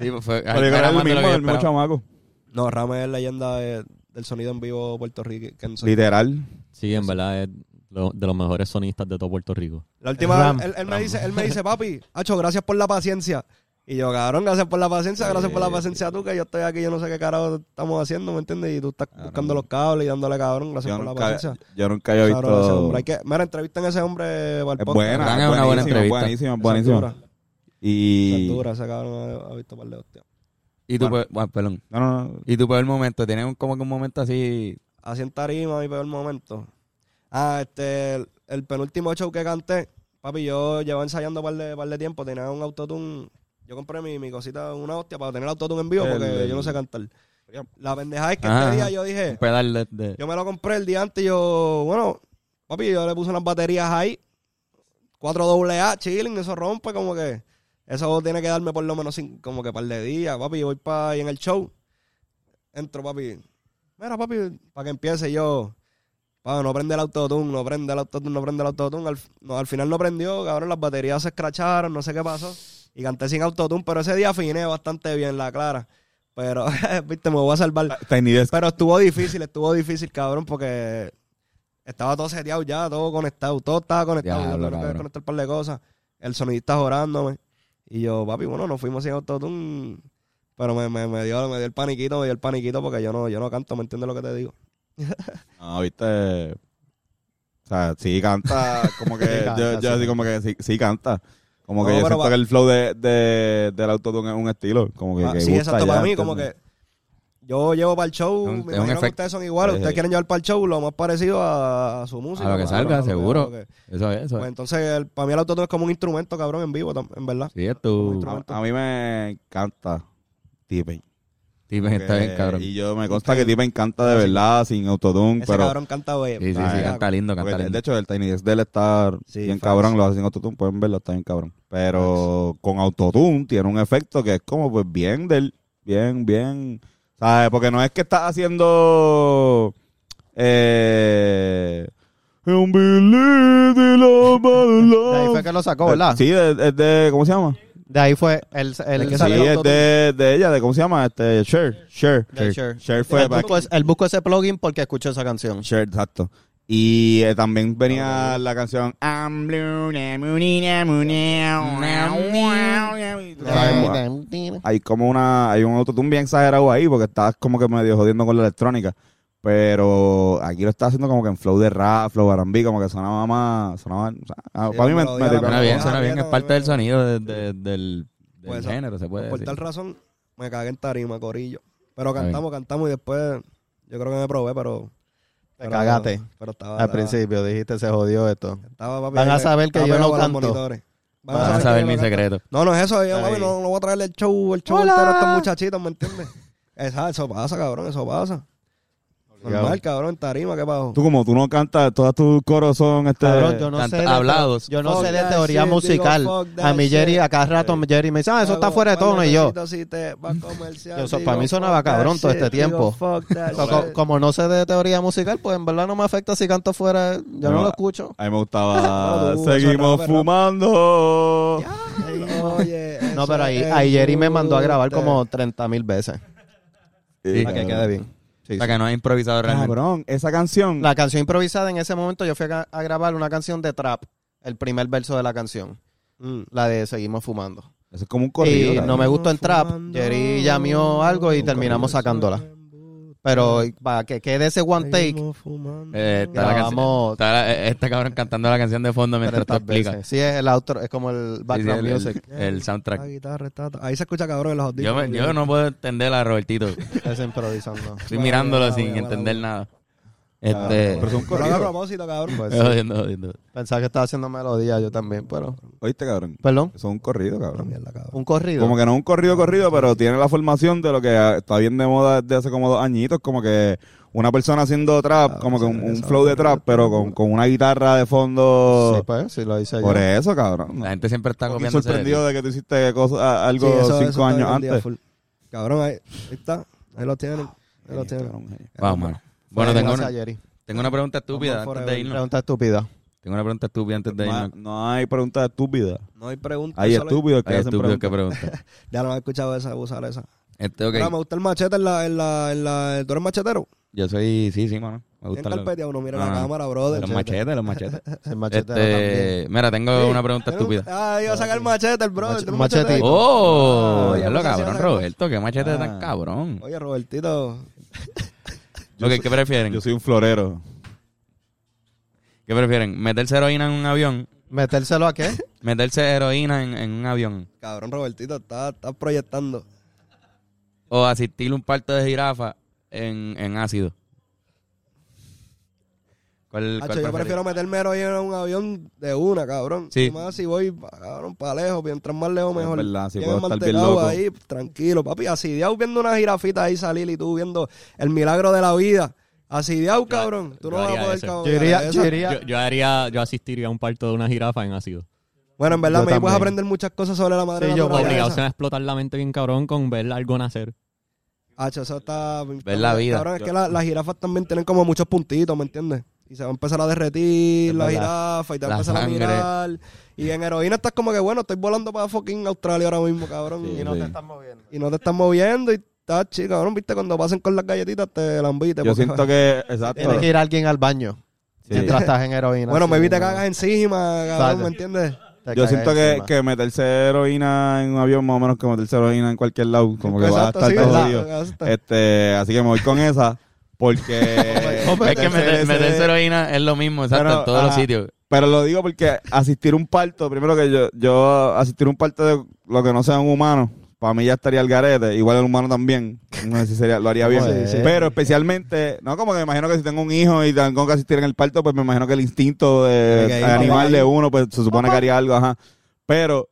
S1: Sí, pues, fue-
S5: Pero yo creo que
S1: era
S5: era el
S1: más de lo
S5: mismo,
S1: que yo
S5: el mismo
S1: esperaba.
S5: chamaco.
S3: [LAUGHS] no, Rame es leyenda de- del sonido en vivo Puerto Rico. que no sé.
S5: Literal.
S6: Sí, en verdad es lo- de los mejores sonistas de todo Puerto Rico.
S3: La última,
S4: Ram,
S3: él, él me dice, él me dice, papi, Hacho, gracias por la paciencia. Y yo, cabrón, gracias por la paciencia, gracias por la paciencia tú, que yo estoy aquí, yo no sé qué carajo estamos haciendo, ¿me entiendes? Y tú estás buscando los cables y dándole, cabrón, gracias
S5: Yo
S3: por la
S5: nunca,
S3: paciencia.
S5: yo nunca había
S3: Cabrón, ese
S5: visto.
S3: hombre. Hay que, mira, entrevisten a ese hombre para el
S5: Es
S3: podcast.
S5: buena,
S1: Gran es
S5: es
S1: una buena
S5: buenísima,
S1: entrevista.
S5: Buenísima,
S3: Esa
S5: buenísima.
S3: dura, esa
S5: Y.
S3: dura, ese cabrón ha, ha visto par de hostias.
S1: Y tú, ah, perdón.
S5: No, no, no.
S1: Y tu peor momento, tienes un- como que un momento así.
S3: Así en tarima, mi peor momento. Ah, este, el, el penúltimo show que canté, papi, yo llevo ensayando par de, par de tiempo, tenía un autotune, yo compré mi, mi cosita, una hostia, para tener autotune en vivo,
S5: El-
S3: porque
S5: el-
S3: yo no sé cantar. La pendeja es que
S1: Ajá,
S3: este día
S1: ajá.
S3: yo
S1: Un
S3: dije,
S1: pedal de. de-
S3: yo me lo compré el día antes, y yo, bueno, papi, yo le puse unas baterías ahí, 4 A, chilling, eso rompe, como que, eso tiene que darme por lo menos cin- como que par de días, papi, yo voy para ahí en el show, entro, papi, mira, papi, para que empiece yo, papi, no prende el autotune, no prende el autotune, no prende el autotune, al, f- no, al final no prendió, cabrón, las baterías se escracharon, no sé qué pasó, y canté sin autotune, pero ese día afiné bastante bien la clara, pero, [LAUGHS] viste, me voy a salvar.
S5: Tiny Desk.
S3: Pero estuvo difícil, estuvo difícil, cabrón, porque estaba todo seteado ya, todo conectado, todo estaba conectado.
S1: Diablo,
S3: yo tengo que
S1: cabrón.
S3: desconectar un par de cosas. El sonidista jorándome. Y yo, papi, bueno, nos fuimos sin autotune. Pero me, me, me dio, me dio el paniquito, me dio el paniquito porque yo no, yo no canto, ¿me entiendes lo que te digo?
S5: No, viste. O sea, sí canta. Como que.
S4: Sí canta,
S5: yo, yo
S4: sí
S5: así como que sí, sí canta. Como que
S3: No,
S5: yo
S3: pero
S5: siento
S3: va-
S5: que el flow de, de, del autotune es un estilo. Como que.
S3: Ah,
S5: que
S3: sí,
S5: gusta
S3: exacto,
S5: ya,
S3: para mí, como
S5: ¿entiendes?
S3: que yo llevo para el show,
S1: Es un-
S3: me
S1: es un
S3: imagino que
S1: efecto.
S3: ustedes son iguales,
S5: Sí,
S3: ustedes
S5: sí.
S3: quieren llevar para el show lo más parecido a, a su
S1: A
S3: música. pues,
S1: lo que
S3: cabrón,
S1: salga,
S3: a lo que-
S1: seguro.
S3: a lo que-
S1: Eso es, eso
S3: Pues
S1: es.
S3: entonces, para mí el autotune es como un instrumento, cabrón, en vivo, tam- en verdad.
S1: Sí, es tu.
S3: Como
S5: A, a mí me encanta Tipen.
S1: Tipe pues, está bien, cabrón.
S5: Y yo me consta que Tipen canta de verdad, sin autotune.
S3: Ese
S5: Pero.
S3: cabrón canta, güey.
S1: Sí, sí, sí,
S5: Ah,
S1: canta lindo,
S5: Porque
S1: canta
S5: de- de
S1: lindo.
S5: hecho, el Tiny Desk de él está
S3: Sí,
S5: bien
S3: facts.
S5: cabrón, lo hace sin autotune, pueden verlo, está bien cabrón. Pero con autotune tiene un efecto que es como, pues, bien del, bien, bien, ¿sabes? Porque no es que estás haciendo, Eh, "And believe in love,
S4: [LAUGHS]
S5: my
S4: De ahí
S5: love".
S4: fue que lo sacó, ¿verdad?
S5: Sí, es es de, ¿cómo se llama?
S4: De ahí fue el, el,
S5: Sí, es de, de ella, de, ¿cómo se llama? Este, Cher. Cher.
S4: De Cher.
S5: Cher fue
S4: él,
S5: para-
S4: buscó, él buscó ese plugin porque escuchó esa canción.
S5: Cher, exacto. Y eh, también venía la canción I'm blue, na, mu, ni, na, mu, na, na, na, na, y tú sabes, bueno, Hay como una, hay un autotune bien exagerado ahí porque estás como que medio jodiendo con la electrónica. Pero aquí lo está haciendo como que en flow de rap, flow R&B, como que sonaba más, sonaba, o sea, ah,
S3: Sí,
S5: para mí me,
S3: la melodía,
S5: me-
S3: la
S1: Suena bien,
S3: Ah,
S1: suena bien.
S3: bien,
S1: Es parte del
S3: bien.
S1: sonido de- de- del, del
S3: Pues,
S1: género, se puede
S3: Por tal
S1: decir.
S3: razón, me cagué en tarima, corillo. Pero
S1: Está bien.
S3: cantamos, cantamos y después yo creo que me probé, pero...
S4: Te cagaste.
S3: Pero estaba...
S4: Al
S3: estaba-
S4: principio dijiste, se jodió esto.
S3: estaba, papi,
S4: Van a
S3: ahí,
S4: saber que
S3: estaba
S4: yo no
S3: pegado a los
S4: canto.
S3: monitores.
S1: Van
S3: Van
S1: a
S3: que
S1: saber
S3: yo no
S1: mi
S3: canto.
S1: secreto.
S3: No, no es eso, yo,
S4: Ahí.
S3: mami, no, no voy a traerle el show, el show entero a estos muchachitos, ¿me entiendes? Esa- Eso pasa, cabrón, eso pasa. Normal, cabrón, en tarima, qué bajo.
S5: tú como tú no cantas, todos tus coros son este...
S4: Cabrón, yo no
S1: Canta-
S4: sé. de-
S1: hablados.
S4: Yo no
S3: Fuck
S4: sé de
S3: that
S4: teoría
S3: shit,
S4: musical.
S3: digo, fuck that
S4: a mi Jerry,
S3: shit.
S4: a cada rato Jerry me dice, ah, eso está fuera de tono. Y yo, Yo, eso para mí sonaba cabrón todo este tiempo. so, co-
S3: Yo
S4: como no sé de teoría musical, pues en verdad no me afecta si canto fuera. Yo no,
S5: No,
S4: lo escucho.
S5: A mí me gustaba,
S3: No, tú,
S5: seguimos
S3: eso es rap, es rap".
S5: fumando.
S4: No, pero ahí, ahí Jerry me mandó a grabar como 30 mil veces.
S1: Sí.
S4: Para que quede bien. Sí,
S1: Para
S4: sí.
S1: que no haya
S5: Ah,
S1: improvisado realmente.
S5: Cabrón, esa canción.
S4: La canción improvisada en ese momento yo fui a, a grabar una canción de trap. El primer verso de la canción.
S3: Mm.
S4: La de Seguimos fumando.
S5: Eso es como un
S4: y
S3: Eh,
S5: corrido. cabrón.
S4: no me gustó en trap. Jerry llamó algo y terminamos sacándola. Pero
S3: Mm.
S4: para que quede ese one take,
S1: Eh, está la canción.
S4: Grabamos-
S1: Está la- eh, este cabrón cantando la canción de fondo mientras te
S4: 30
S1: explica.
S4: veces. Sí, es el outro, es como el
S1: Sí, sí,
S4: background
S1: el, el-
S4: music.
S1: el soundtrack.
S3: La guitarra está- Ahí se escucha cabrón en los
S1: Yo,
S3: audífonos.
S1: me- yo no puedo entender a Robertito. Estoy
S3: [LAUGHS]
S4: Es improvisando.
S1: mirándolo
S3: buena,
S1: sin
S3: buena,
S1: entender nada.
S5: Ah,
S1: Este, [LAUGHS]
S5: Pero es un
S3: Yo lo hago a
S5: corrido.
S3: propósito, cabrón.
S4: Pues,
S1: eh, jodiendo, jodiendo.
S4: Pensaba que estaba haciendo melodía yo también, pero.
S5: Oíste, cabrón.
S4: Perdón.
S5: Eso es un corrido,
S3: Pero
S5: cabrón.
S3: mierda, cabrón.
S4: Un corrido.
S5: Como que no es un corrido corrido, pero tiene la formación de lo que ah, está bien de moda desde hace como dos añitos, como que una persona haciendo trap,
S3: Claro,
S5: como que un,
S3: eso-
S5: un
S3: eso
S5: flow de trap, pero con, con una guitarra de fondo.
S4: Sí, pues, sí lo hice yo.
S5: Por eso, cabrón.
S1: La gente siempre está
S5: Estoy
S1: copiándose. de ti.
S5: sorprendido de que tú hiciste cosas- a- algo
S3: Sí, eso- eso
S5: cinco
S3: está
S5: años
S3: hoy en día
S5: antes.
S3: full. Cabrón, ahí, ahí está. Ahí lo tienen. Ahí lo tienen.
S1: Wow, man. Bueno, tengo
S4: Gracias,
S1: una,
S4: Jerry.
S1: tengo una pregunta estúpida
S3: Vamos
S1: antes
S3: forever.
S1: de irnos.
S4: Pregunta estúpida.
S1: Tengo una pregunta estúpida antes de
S5: Ma-
S1: irnos.
S5: No hay preguntas estúpidas.
S3: No hay preguntas.
S5: Hay
S3: solo-
S5: estúpidos que
S1: Ay,
S5: hacen
S1: estúpido, qué
S5: preguntas.
S1: pregunta.
S3: Ya no he escuchado esa, usar esa.
S1: Este,
S3: [LAUGHS]
S1: ok.
S3: Mira, me gusta el machete en la, en la, en la... ¿Tú eres machetero?
S1: Yo soy, sí, sí, mano. Me
S3: Bien
S1: gustan los,
S3: carpeteado, no mira
S1: Ah,
S3: la cámara, brother.
S1: los machetes, los machetes.
S4: El machete también.
S1: Este, mira, tengo una pregunta
S3: Tiene un-
S1: estúpida.
S3: Ah, iba a sacar el machete, el brother.
S4: Mach-
S3: tiene un
S4: machete.
S3: machete.
S1: ¡Oh!
S3: Ah,
S1: ya
S3: yo
S1: lo
S3: pensé que
S1: cabrón,
S3: iba a sacar-
S1: Roberto. Qué machete tan
S5: Ah.
S1: cabrón.
S3: Oye, Robertito.
S1: Ok, ¿qué prefieren?
S5: Yo soy un florero.
S1: ¿Qué prefieren? ¿Meterse heroína en un avión?
S4: ¿Metérselo a qué?
S1: ¿Meterse heroína en, en un avión?
S3: Cabrón, Robertito, estás está proyectando.
S1: ¿O asistir un parto de jirafa en, en ácido? ¿Cuál, cuál
S3: Hacho, yo
S1: preferís?
S3: prefiero meterme heroína en un avión de una, cabrón.
S1: Sí.
S3: Y Más si voy, pa- cabrón, para lejos, mientras más lejos mejor.
S5: Es verdad, si
S3: Llegues
S5: puedo estar bien
S3: mantecado
S5: loco.
S3: ahí, tranquilo, papi. Asidiao viendo una jirafita ahí salir y tú viendo el milagro de la vida. Asidiao, cabrón. Tú no
S6: yo
S3: vas a
S6: haría
S3: poder,
S6: ese.
S3: cabrón.
S4: Yo iría,
S3: Esa-
S4: yo iría-
S6: Yo, yo haría, yo asistiría a un parto de una jirafa en ácido.
S3: Bueno, en verdad me
S4: Yo
S3: puedes
S4: también.
S3: aprender muchas cosas sobre la madre
S4: Sí, yo
S3: naturaleza.
S6: Obligado se me va a explotar la mente bien cabrón con ver algo nacer.
S3: Hacho, Ah, eso está...
S1: Ver la vida.
S3: Cabrón, es que la- las jirafas también tienen como muchos puntitos, ¿me entiendes? Y se va a empezar a derretir
S4: Es
S3: la
S4: verdad.
S3: jirafa y te va
S1: La
S3: a empezar
S1: sangre.
S3: a mirar. Y en heroína estás como que, bueno, estoy volando para fucking Australia ahora mismo, cabrón.
S5: Sí,
S3: y, no
S5: sí.
S3: Te, y no te estás moviendo y estás chido, cabrón. Viste, cuando pasen con las galletitas te las envite.
S5: Yo
S3: [LAUGHS]
S5: siento que, exacto.
S4: Tiene que ir alguien al baño.
S5: Sí.
S4: Mientras estás en heroína.
S3: Bueno,
S4: Sí,
S3: me vi te
S4: no.
S3: cagas encima, cabrón,
S4: Exacto.
S3: ¿me entiendes?
S4: Te
S5: Yo
S4: cagas
S5: siento que,
S4: encima.
S5: que meterse heroína en un avión más o menos que meterse heroína en cualquier lado, como que va a
S3: Exacto,
S5: estar
S3: sí,
S5: todo
S3: ¿verdad?
S5: jodido.
S3: Exacto.
S4: Eh,
S5: Este, así que me voy con esa
S3: [LAUGHS]
S5: porque
S1: Es que meter-
S5: ese-
S1: meterse heroína es lo mismo, exacto,
S5: Pero,
S1: en todos los
S5: ajá.
S1: sitios.
S5: pero lo digo porque asistir un parto, primero que yo yo asistir un parto de lo que no sea un humano, para mí ya estaría el garete, igual el humano también, no sé si sería, lo haría bien.
S4: Sí, sí.
S5: Pero especialmente, no como que me imagino que si tengo un hijo y tengo que asistir en el parto, pues me imagino que el instinto de,
S3: Ok, papá.
S5: animal de uno, pues se supone que haría algo, ajá. Pero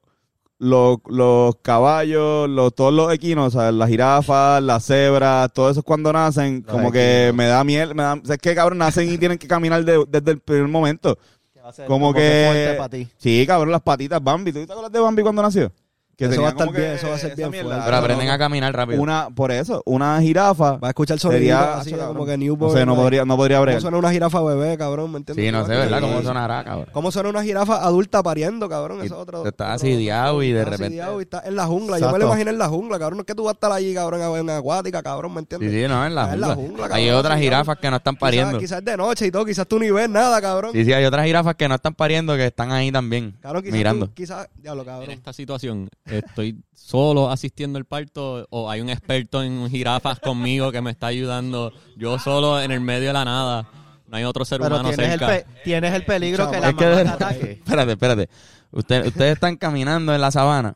S5: los, los caballos, los, todos los equinos, o sea, las jirafas, las cebras, todo eso cuando nacen,
S4: Los
S5: como que me da miel, me da, o sea, es que cabrón, nacen y tienen que caminar de- desde el primer momento.
S4: Que va a ser
S5: Como
S4: fuerte
S5: que...
S4: pa' ti.
S5: Sí, cabrón, las patitas Bambi. ¿Tú te acuerdas de Bambi cuando nació? Que
S3: Eso
S5: tenía
S3: va a estar
S5: como que
S3: bien, eso va a ser
S5: esa
S3: bien
S5: mierda.
S3: fuerte.
S1: Pero aprenden a caminar rápido.
S5: Una, por eso, una jirafa.
S3: Va a escuchar
S5: Sería,
S3: sonido así
S5: hacho,
S3: como
S5: cabrón.
S3: que
S5: No
S3: newborn.
S5: sé, no
S3: like,
S5: podría, no podría
S3: ¿Cómo
S5: bregar.
S3: suena una jirafa bebé, cabrón? ¿Me entiendes?
S1: Sí, no sé,
S3: Igual que-
S1: ¿verdad? Cómo
S3: Sí.
S1: sonará, cabrón.
S3: ¿Cómo suena una jirafa adulta pariendo, cabrón?
S1: Y
S3: Eso es otro.
S1: Te estás
S3: otro-
S1: asidiado y de
S3: estás
S1: repente...
S3: asidiado y estás en la jungla. Yo me
S4: Exacto.
S3: lo imagino en la jungla, cabrón. No es que tú vas a estar allí, cabrón, en acuática, cabrón, ¿me
S1: Sí,
S3: entiendes?
S1: sí, no, en la
S3: Ah, en la
S1: jungla.
S3: jungla,
S1: Hay
S3: cabrón,
S1: otras
S3: sí,
S1: jirafas que no están pariendo.
S3: Quizás, quizás de noche y todo, quizás tú ni ves nada, cabrón.
S1: Sí, sí, hay otras jirafas que no están pariendo que están ahí también,
S3: Cabrón, quizás
S1: mirando.
S3: tú- quizás, diablo,
S6: En
S3: cabrón.
S6: esta situación, ¿estoy solo asistiendo al parto o hay un experto en jirafas conmigo que me está ayudando? Yo solo en el medio de la nada. No hay otro ser
S4: Pero
S6: humano
S4: tienes el,
S6: cerca.
S4: pe- tienes el peligro que la
S1: Es que
S4: mamá
S1: de-
S4: te ataque.
S1: [LAUGHS] Espérate, espérate. Usted- ustedes están caminando en la sabana,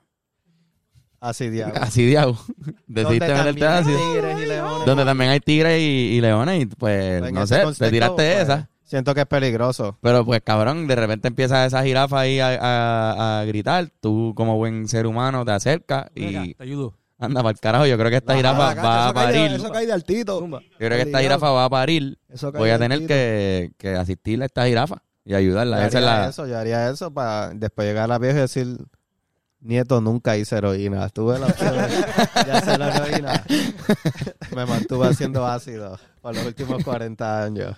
S4: Así, diablo.
S1: así de agua.
S4: Donde
S1: Decidiste meterte
S4: también
S1: así.
S4: hay tigres y leones.
S1: Donde también hay tigres y, y leones y pues,
S4: En
S1: no
S4: ese
S1: sé, te
S4: contexto,
S1: tiraste
S4: pues,
S1: esa.
S4: Siento que es peligroso.
S1: Pero pues cabrón, de repente empieza esa jirafa ahí a, a- a gritar. Tú como buen ser humano te acercas y
S2: Te ayudo.
S1: anda para el carajo. Yo creo que esta jirafa
S3: Ah, cacho,
S1: va a
S3: eso cae de-
S1: parir.
S3: Eso cae de altito.
S1: Yo creo que esta jirafa va a parir.
S3: Eso cae
S1: Voy a
S3: de
S1: tener
S3: altito.
S1: que, que asistirle a esta jirafa y ayudarla.
S4: yo
S1: Esa es
S4: haría
S1: la...
S4: eso, yo haría eso para después llegar a la vieja y decir, nieto, nunca hice heroína. Tuve la opción de hacer la
S1: [LAUGHS]
S4: heroína. Me mantuve haciendo ácido por los últimos
S1: [LAUGHS]
S4: 40 años.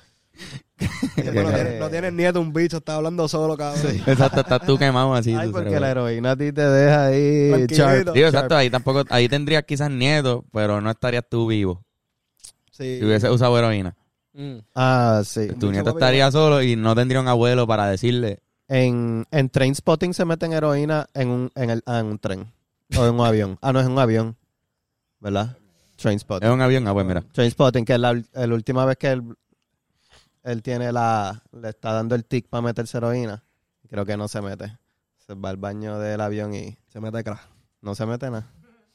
S3: Sí, pero No tienes, no tienes nieto, un bicho, estás hablando solo, cabrón.
S1: Exacto, estás tú quemado así.
S4: [LAUGHS] Ay,
S1: tu
S4: porque
S1: cerebro.
S4: la heroína a ti te deja ahí
S3: Tranquilito.
S4: sharp.
S1: Digo, exacto, ahí tampoco, ahí tendrías quizás nietos, pero no estarías tú vivo.
S3: Sí.
S1: Si hubieses usado heroína.
S4: Ah, sí.
S1: Tu nieto
S3: papi,
S1: estaría solo y no tendría un abuelo para decirle.
S4: En, en Train Spotting se meten heroína en un, en, el, ah, en un tren. O en un avión. Ah, no, es en un avión. ¿Verdad? Train
S1: Es un avión, ah, pues mira.
S4: Trainspotting, que es la, el- la última vez que él, él tiene la. Le está dando el tic para meterse heroína. Creo que no se mete. Se va al baño del avión y
S3: Se mete crack.
S4: no se mete nada.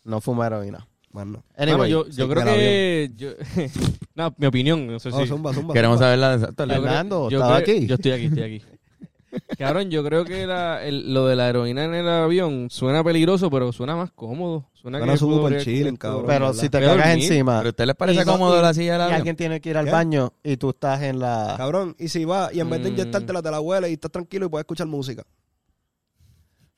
S4: No fuma heroína.
S3: Mano.
S4: Anyway,
S2: Mano, yo, yo
S4: sí,
S2: creo
S4: del avión.
S2: que... yo- [LAUGHS] no, mi opinión, no sé
S3: Oh,
S2: si...
S3: zumba, zumba.
S1: Queremos
S5: pues.
S3: zumba.
S1: saber la exacto,
S2: Yo
S1: la-
S2: creo-
S4: Fernando,
S2: yo
S4: ¿estaba
S2: creo-
S4: aquí?
S2: Yo estoy aquí, estoy aquí. Cabrón, yo creo que la- el- lo de la heroína en el avión suena peligroso, pero suena más cómodo. Suena
S3: Suena
S2: que puedo
S3: súper
S2: bregar con
S3: chilling,
S2: esto,
S3: cabrón.
S4: Pero
S3: ¿verdad?
S4: si te
S2: Voy a
S4: cagas
S2: dormir,
S5: Ah.
S4: encima
S1: ¿Pero a usted les parece
S4: Y no-
S1: cómodo
S4: y-
S1: la silla
S4: y
S1: del avión?
S4: alguien tiene que ir al
S3: ¿Qué?
S4: baño y tú estás en la.
S3: Cabrón, y si vas y en vez de
S2: Mm.
S3: inyectártela te la hueles y estás tranquilo y puedes escuchar música.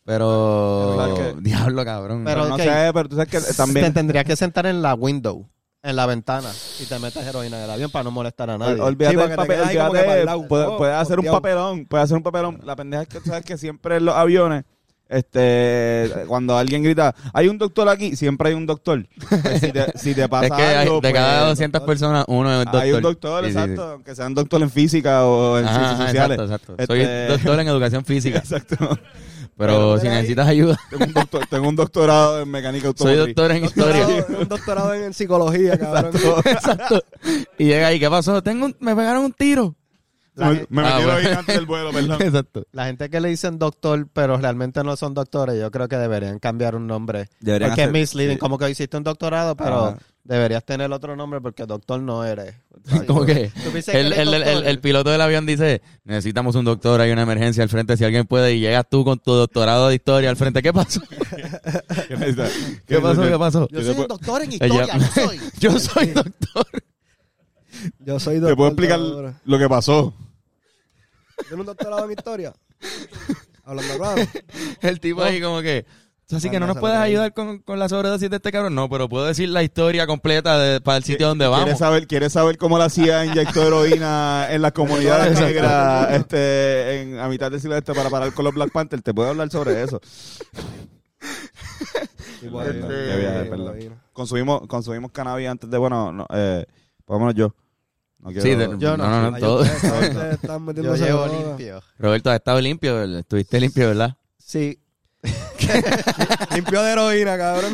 S1: Pero...
S5: Pero es que-
S1: Diablo, cabrón.
S4: Pero-
S5: no
S4: ok.
S5: sé, pero tú sabes
S3: [LAUGHS]
S5: que eh,
S4: Te
S5: también.
S4: tendrías que sentar en la window, en la ventana, y te metes heroína del avión para no molestar a nadie.
S5: Ol- Olvídate
S3: Sí, porque te
S5: del papel,
S3: quedas ahí como que
S5: olvídate,
S3: para el lado.
S5: puede-
S3: Oh,
S5: puede hacer un
S3: hostiao.
S5: papelón, puede hacer un papelón. La pendeja es que tú sabes que siempre en los aviones, este, cuando alguien grita, hay un doctor aquí, siempre hay un doctor. Pues si, te, si te
S1: [LAUGHS]
S5: pasa
S1: es que hay-
S5: algo,
S1: de
S5: pues,
S1: cada 200 personas, uno es doctor.
S5: Hay un doctor,
S1: Sí, sí, sí.
S5: exacto, aunque sea un doctor en física o en
S1: Ajá,
S5: ciencias
S1: ajá,
S5: sociales.
S1: exacto, exacto. Soy
S5: Este-
S1: doctor en
S5: [LAUGHS]
S1: educación física,
S5: Exacto.
S1: pero si
S3: Pero ahí-
S1: necesitas ayuda,
S5: Tengo un, doctor- tengo un doctorado en mecánica
S1: soy
S5: automotriz.
S1: doctor en historia.
S3: Doctorado- un doctorado en, en [LAUGHS] psicología, cabrón.
S1: [LAUGHS] Exacto. Y llega ahí, ¿qué pasó? Tengo un- me pegaron un tiro.
S5: Me, me
S1: Ah,
S5: metieron
S1: bueno.
S5: ahí antes del vuelo,
S1: [LAUGHS]
S5: perdón.
S1: Exacto.
S4: La gente que le dicen doctor, pero realmente no son doctores, yo creo que deberían cambiar un nombre.
S5: Deberían
S4: porque
S5: hacer-
S4: es misleading, como que hiciste un doctorado, pero
S5: Ajá.
S4: deberías tener otro nombre porque doctor no eres.
S1: Como que
S4: Tú piensas que
S1: el,
S4: eres
S1: el- el-
S4: doctor.
S1: el piloto del avión dice, necesitamos un doctor, hay una emergencia al frente, si alguien puede, y llegas tú con tu doctorado de historia al frente, ¿qué pasó? ¿Qué pasó? ¿Qué pasó?
S5: Yo soy un
S4: doctor en
S1: Ella- Yo soy doctor.
S3: Yo soy doctor.
S5: ¿Te puedo explicar
S3: doctora.
S5: lo que pasó?
S3: ¿Tienes un doctorado en historia? Hablando
S5: [LAUGHS]
S3: claro.
S1: El tipo ahí como que... Así que no nos puedes ayudar con, con la sobredosis de este cabrón. No, pero puedo decir la historia completa de- para el sitio donde
S5: ¿Quieres
S1: vamos.
S5: saber, ¿Quieres saber cómo la CIA inyectó heroína en las comunidades negras este, en, a mitad del siglo este para parar con los Black Panther? Te puedo hablar sobre eso.
S3: Tipo,
S5: Este-
S3: ahí,
S5: Qué viaje,
S3: ahí,
S5: perdón.
S3: ahí.
S5: Consumimos, consumimos cannabis antes de, bueno, no, eh, por lo menos yo. No quiero-
S1: Sí, de-
S4: Yo
S1: no,
S4: no.
S1: no, no,
S3: Ay,
S1: todo.
S3: ustedes- ustedes están
S4: Yo
S3: metiéndose
S4: llevo
S3: droga.
S4: limpio.
S1: Roberto, has estado limpio, estuviste limpio, ¿verdad?
S4: Sí,
S3: Limpio de heroína, cabrón.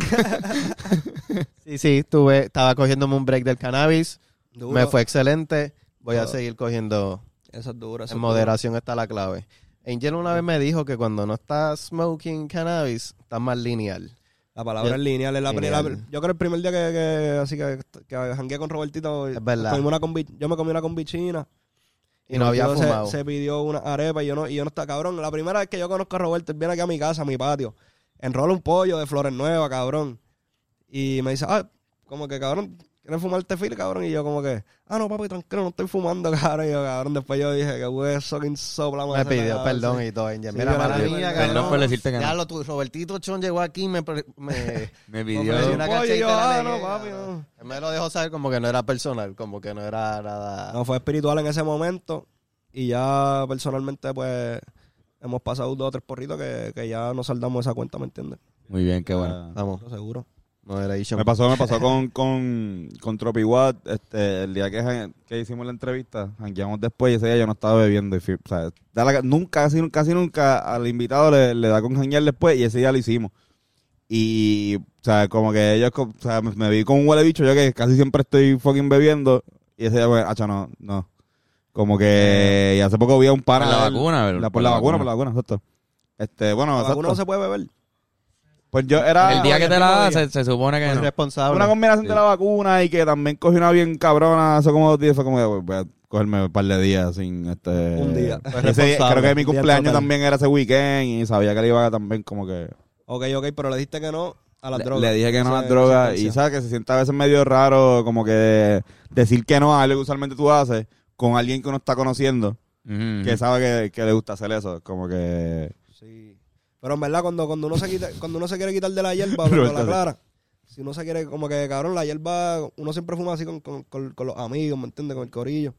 S4: sí, sí, tuve, estaba cogiéndome un break del cannabis,
S3: [LAUGHS] Duro.
S4: me fue excelente, voy a
S3: Duro.
S4: seguir cogiendo
S3: Eso es duro. eso
S4: En
S3: es duro.
S4: moderación está la clave. Angel una vez me dijo que cuando no estás smoking cannabis, estás más lineal.
S3: La palabra es lineal. Es la, pri- la-
S4: Lineal.
S3: yo creo el primer día que, que- así que, que jangué con Robertito.
S4: Es verdad.
S3: comimos una combi- yo me comí una combichina.
S4: Y no había
S3: Robertito se-
S4: fumado.
S3: Se, pidió una arepa y yo no, y yo no estaba, cabrón. La primera vez que yo conozco a Roberto, él viene aquí a mi casa, a mi patio. Enrola un pollo de flores nuevas, cabrón. Y me dice, ah, como que cabrón, ¿Quieres fumar tefil, cabrón? Y yo como que, ah, no, papi, tranquilo, no estoy fumando, [LAUGHS] cabrón. Y yo, cabrón, después yo dije, que hueso, que insopla.
S4: Me pidió
S3: cabrón".
S4: perdón
S3: Sí.
S4: y todo, Angel.
S3: Sí,
S4: Mira,
S3: yo la-
S4: mala mía,
S3: perdón
S4: cabrón.
S1: por decirte que no.
S4: Ya lo tu- Robertito Chon llegó aquí y me, pre- me
S1: Me
S4: ofreció
S1: pidió.
S3: Oye,
S4: cacheta [LAUGHS] y
S3: yo,
S4: la
S3: ah, no,
S4: negué,
S3: papi,
S4: cabrón. Él me lo dejó saber como que no era personal, como que no era nada.
S3: Ah. No, fue espiritual en ese momento. Y ya personalmente, pues, hemos pasado dos o tres porritos que, que ya nos saldamos esa cuenta, ¿me entiendes?
S1: Muy bien, qué
S5: ah,
S1: bueno.
S4: Vamos,
S3: Lo seguro.
S4: no era Isham.
S5: Me pasó, me pasó con, con, con Tropi Watt, este, el día que, jan- que hicimos la entrevista, jangueamos después y ese día yo no estaba bebiendo. y fui- o sea, da la- nunca, casi, nunca- casi nunca al invitado le, le da con janguear después y ese día lo hicimos. Y, o sea, como que ellos, co- o sea, me, me vi con un huele bicho, yo que casi siempre estoy fucking bebiendo y ese día, pues, hacha, no, no. Como que, y hace poco vi a un
S1: Por
S5: pana.
S1: la
S5: de él-
S1: vacuna,
S5: la- por la vacuna, por la vacuna, exacto. Este, bueno,
S3: ¿Alguno no
S5: exacto.
S3: se puede beber?
S5: Pues yo era.
S1: El día que te la das, se, se supone que
S4: Muy
S1: no.
S4: responsable.
S5: Una combinación
S1: Sí.
S5: de la vacuna y que también cogí una bien cabrona hace como dos días. Fue como que "Pues, voy a cogerme un par de días sin este.
S3: Un día.
S5: [LAUGHS] Ese día- creo que mi
S3: Un día
S5: cumpleaños
S3: total.
S5: también era ese weekend y sabía que le iba a también como que.
S3: Ok, ok, pero le dijiste que no a las
S5: Le,
S3: drogas.
S5: le dije que no a
S3: Esa-
S5: las drogas
S3: esa
S5: y
S3: sentencia.
S5: sabes que se siente a veces medio raro como que decir que no a algo que usualmente tú haces con alguien que uno está conociendo
S1: Ujú.
S5: que sabe que, que le gusta hacer eso. Como que.
S3: Sí. Pero en verdad, cuando, cuando, uno se quita, cuando uno se quiere quitar de la hierba, pero la
S5: Roberto, sí.
S3: clara, si uno se quiere, como que cabrón, la hierba, uno siempre fuma así con, con, con- con los amigos, ¿me entiendes? Con el corillo.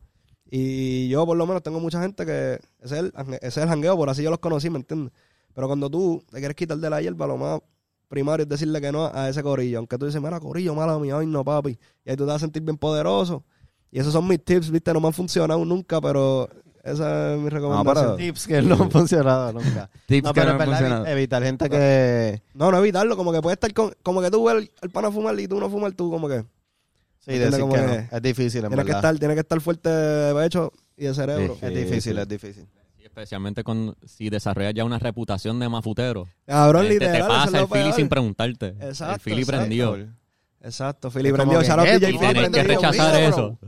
S3: Y yo, por lo menos, tengo mucha gente que. Ese es el, jangue- ese es el jangueo, por así yo los conocí, ¿me entiendes? Pero cuando tú te quieres quitar de la hierba, lo más primario es decirle que no a ese corillo. Aunque tú dices, mira, corillo, mala mía, hoy no, papi. Y ahí tú te vas a sentir bien poderoso. Y esos son mis tips, ¿viste? No me han funcionado nunca, pero esa es mi recomendación.
S4: [LAUGHS]
S5: pero-
S4: Tips que no han funcionado nunca.
S1: Tips
S4: no,
S1: que no
S4: pero en
S1: han
S4: verdad,
S1: funcionado.
S4: Evitar gente que.
S3: No, no evitarlo, como que puede estar con, como que tú ves al, al pana fumar y tú no fumas tú, como que
S4: Sí,
S3: Entiende
S4: decir
S3: como
S4: que
S3: que-
S4: no. Es difícil, en
S3: tienes que
S4: verdad.
S3: estar, tienes que estar fuerte de pecho y de cerebro.
S4: Es difícil, es difícil.
S6: Sí, especialmente con, si desarrollas ya una reputación de mafutero.
S3: Cabrón,
S6: Gente
S3: literal,
S6: Este te
S3: eso es
S6: pasa
S3: lo
S6: el Philly
S3: peor.
S6: sin preguntarte. el
S3: Exacto,
S6: Philly
S3: exacto.
S6: prendió.
S3: Exacto, Philly
S4: como
S3: prendió,
S4: que,
S3: shout out
S4: ¿qué?
S3: DJ
S6: Y
S4: Philly
S6: tenés que
S4: prendió,
S6: rechazar
S4: mira,
S6: eso.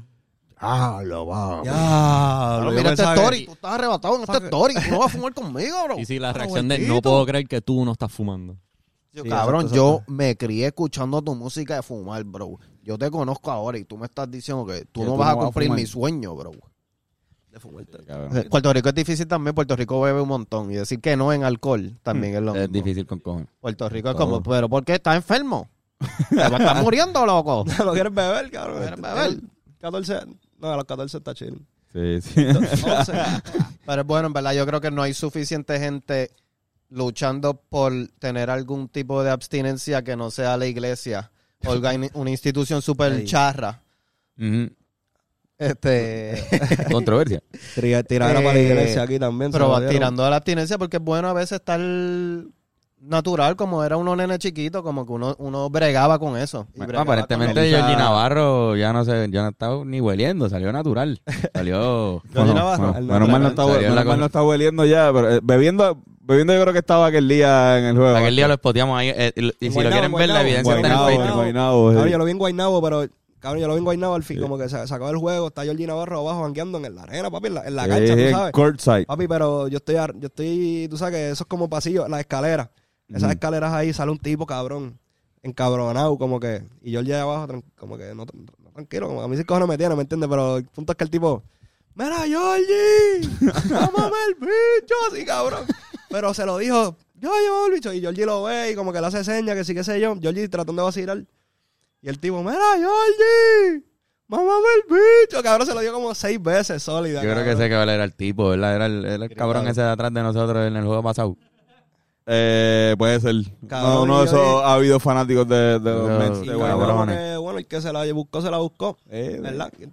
S5: ¡Ah, lo va!
S4: Ya,
S3: yo
S4: mira este
S3: pensaba
S4: story.
S3: que-
S4: Tú estás arrebatado en este story. Tú no vas a fumar conmigo, bro.
S6: Y si
S4: Ah,
S6: la reacción de no
S4: bendito.
S6: puedo creer que tú no estás fumando.
S4: Yo,
S3: Sí,
S4: cabrón,
S3: exacto,
S4: yo
S3: exacto.
S4: me crié escuchando tu música de fumar, bro. Yo te conozco ahora y tú me estás diciendo que tú
S5: Que
S4: no
S5: tú
S4: vas
S5: no
S4: a
S5: vas a
S4: cumplir
S5: fumar.
S4: mi sueño, bro.
S5: Cabrón.
S4: Eh, Puerto Rico es difícil también. Puerto Rico bebe un montón. Y decir que no en alcohol también es lo mismo.
S1: Es difícil con cojones.
S4: Puerto Rico es
S1: Todo.
S4: como, pero ¿por qué estás enfermo? Te vas a estar muriendo, loco.
S3: [LAUGHS] lo quieres beber, cabrón.
S4: Lo quieres beber.
S3: 14, no, a los 14 está chill.
S5: Sí, sí.
S3: 11.
S4: Pero bueno, en verdad, yo creo que no hay suficiente gente luchando por tener algún tipo de abstinencia que no sea la iglesia o alga- una institución súper
S3: Ey.
S4: charra.
S1: Ujú.
S4: Este,
S1: Controversia.
S3: Tira- Tiradera
S4: Eh,
S3: para la iglesia aquí también. se
S4: pero
S3: jodieron.
S4: tirando a la abstinencia porque es bueno a veces estar natural, como era uno nene chiquito, como que uno, uno bregaba con eso. Y
S1: Bueno,
S4: bregaba con
S1: Ah, aparentemente
S4: el-
S1: Georgie Navarro ya no se, ya no estaba ni hueliendo, salió natural. Salió.
S5: Bueno,
S4: Navarro.
S5: bueno,
S4: El
S5: menos mal no está,
S1: Salió en la
S5: menos mal
S1: con-
S5: no está hueliendo ya, pero eh, bebiendo, bebiendo yo creo que estaba aquel día en el juego.
S1: Aquel día lo espoteamos ahí. eh, y lo- y si lo
S3: Guaynabo,
S1: quieren ver, la
S3: Guaynabo,
S1: evidencia está en el
S5: Guaynabo,
S1: Facebook.
S5: en Guaynabo, Pues, sí.
S3: Cabrón, yo lo vi en Guaynabo, pero cabrón, yo lo vi en Guaynabo al fin, como que se, se acabó el juego, está Georgie Navarro abajo banqueando en la arena, papi, en la, en la cancha,
S5: Sí,
S3: tú
S5: en
S3: sabes.
S5: courtside.
S3: Papi, pero yo estoy, ar- yo estoy, tú sabes que eso es como pasillo, las escaleras. Esas
S5: Ujú.
S3: escaleras ahí sale un tipo cabrón, encabronado, como que. Y yo allá abajo, tran- como que no, tran- no tranquilo, como que a mí sí cojones me tiene, ¿me entiendes? Pero el punto es que el tipo, ¡Mira, Georgie! ¡Mámame el bicho! Así, cabrón. Pero se lo dijo, yo llevo el bicho. Y Georgie lo ve y como que le hace señas, que sí, que sé yo. Georgie tratando de vacilar. Y el tipo, ¡Mira, Georgie! ¡Mámame el bicho! Cabrón, se lo dio como seis veces sólida.
S1: Yo creo que
S3: cabrón.
S1: ese cabrón era el tipo, ¿verdad? Era el, era el cabrón ese de atrás de nosotros en el juego pasado.
S5: Eh, puede ser.
S3: Cabrón,
S5: no, uno de
S3: yo
S5: esos ha habido fanáticos de, de los
S1: Yo-
S5: Mets
S3: Sí,
S5: de
S1: Qué
S3: cabrón,
S5: Guaynabo.
S1: cabrones.
S3: que, bueno, el que se la buscó, se la buscó.
S5: Eh,
S3: ¿Verdad?
S1: Sí,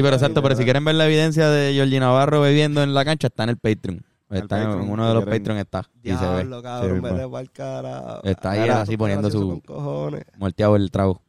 S1: pero exacto, pero si quieren ver la evidencia de Georgie Navarro bebiendo en la cancha, está en el Patreon. Está en
S5: Patreon,
S1: uno de los
S5: si quieren.
S1: Patreon está. Y se ve.
S3: Diablo, cabrón,
S5: Sí,
S3: me
S5: mismo.
S3: le va el carajo.
S1: Está ahí
S3: Mira,
S1: así
S3: tú estás
S1: poniendo su-
S3: gracioso con cojones.
S1: Muerteado el trago.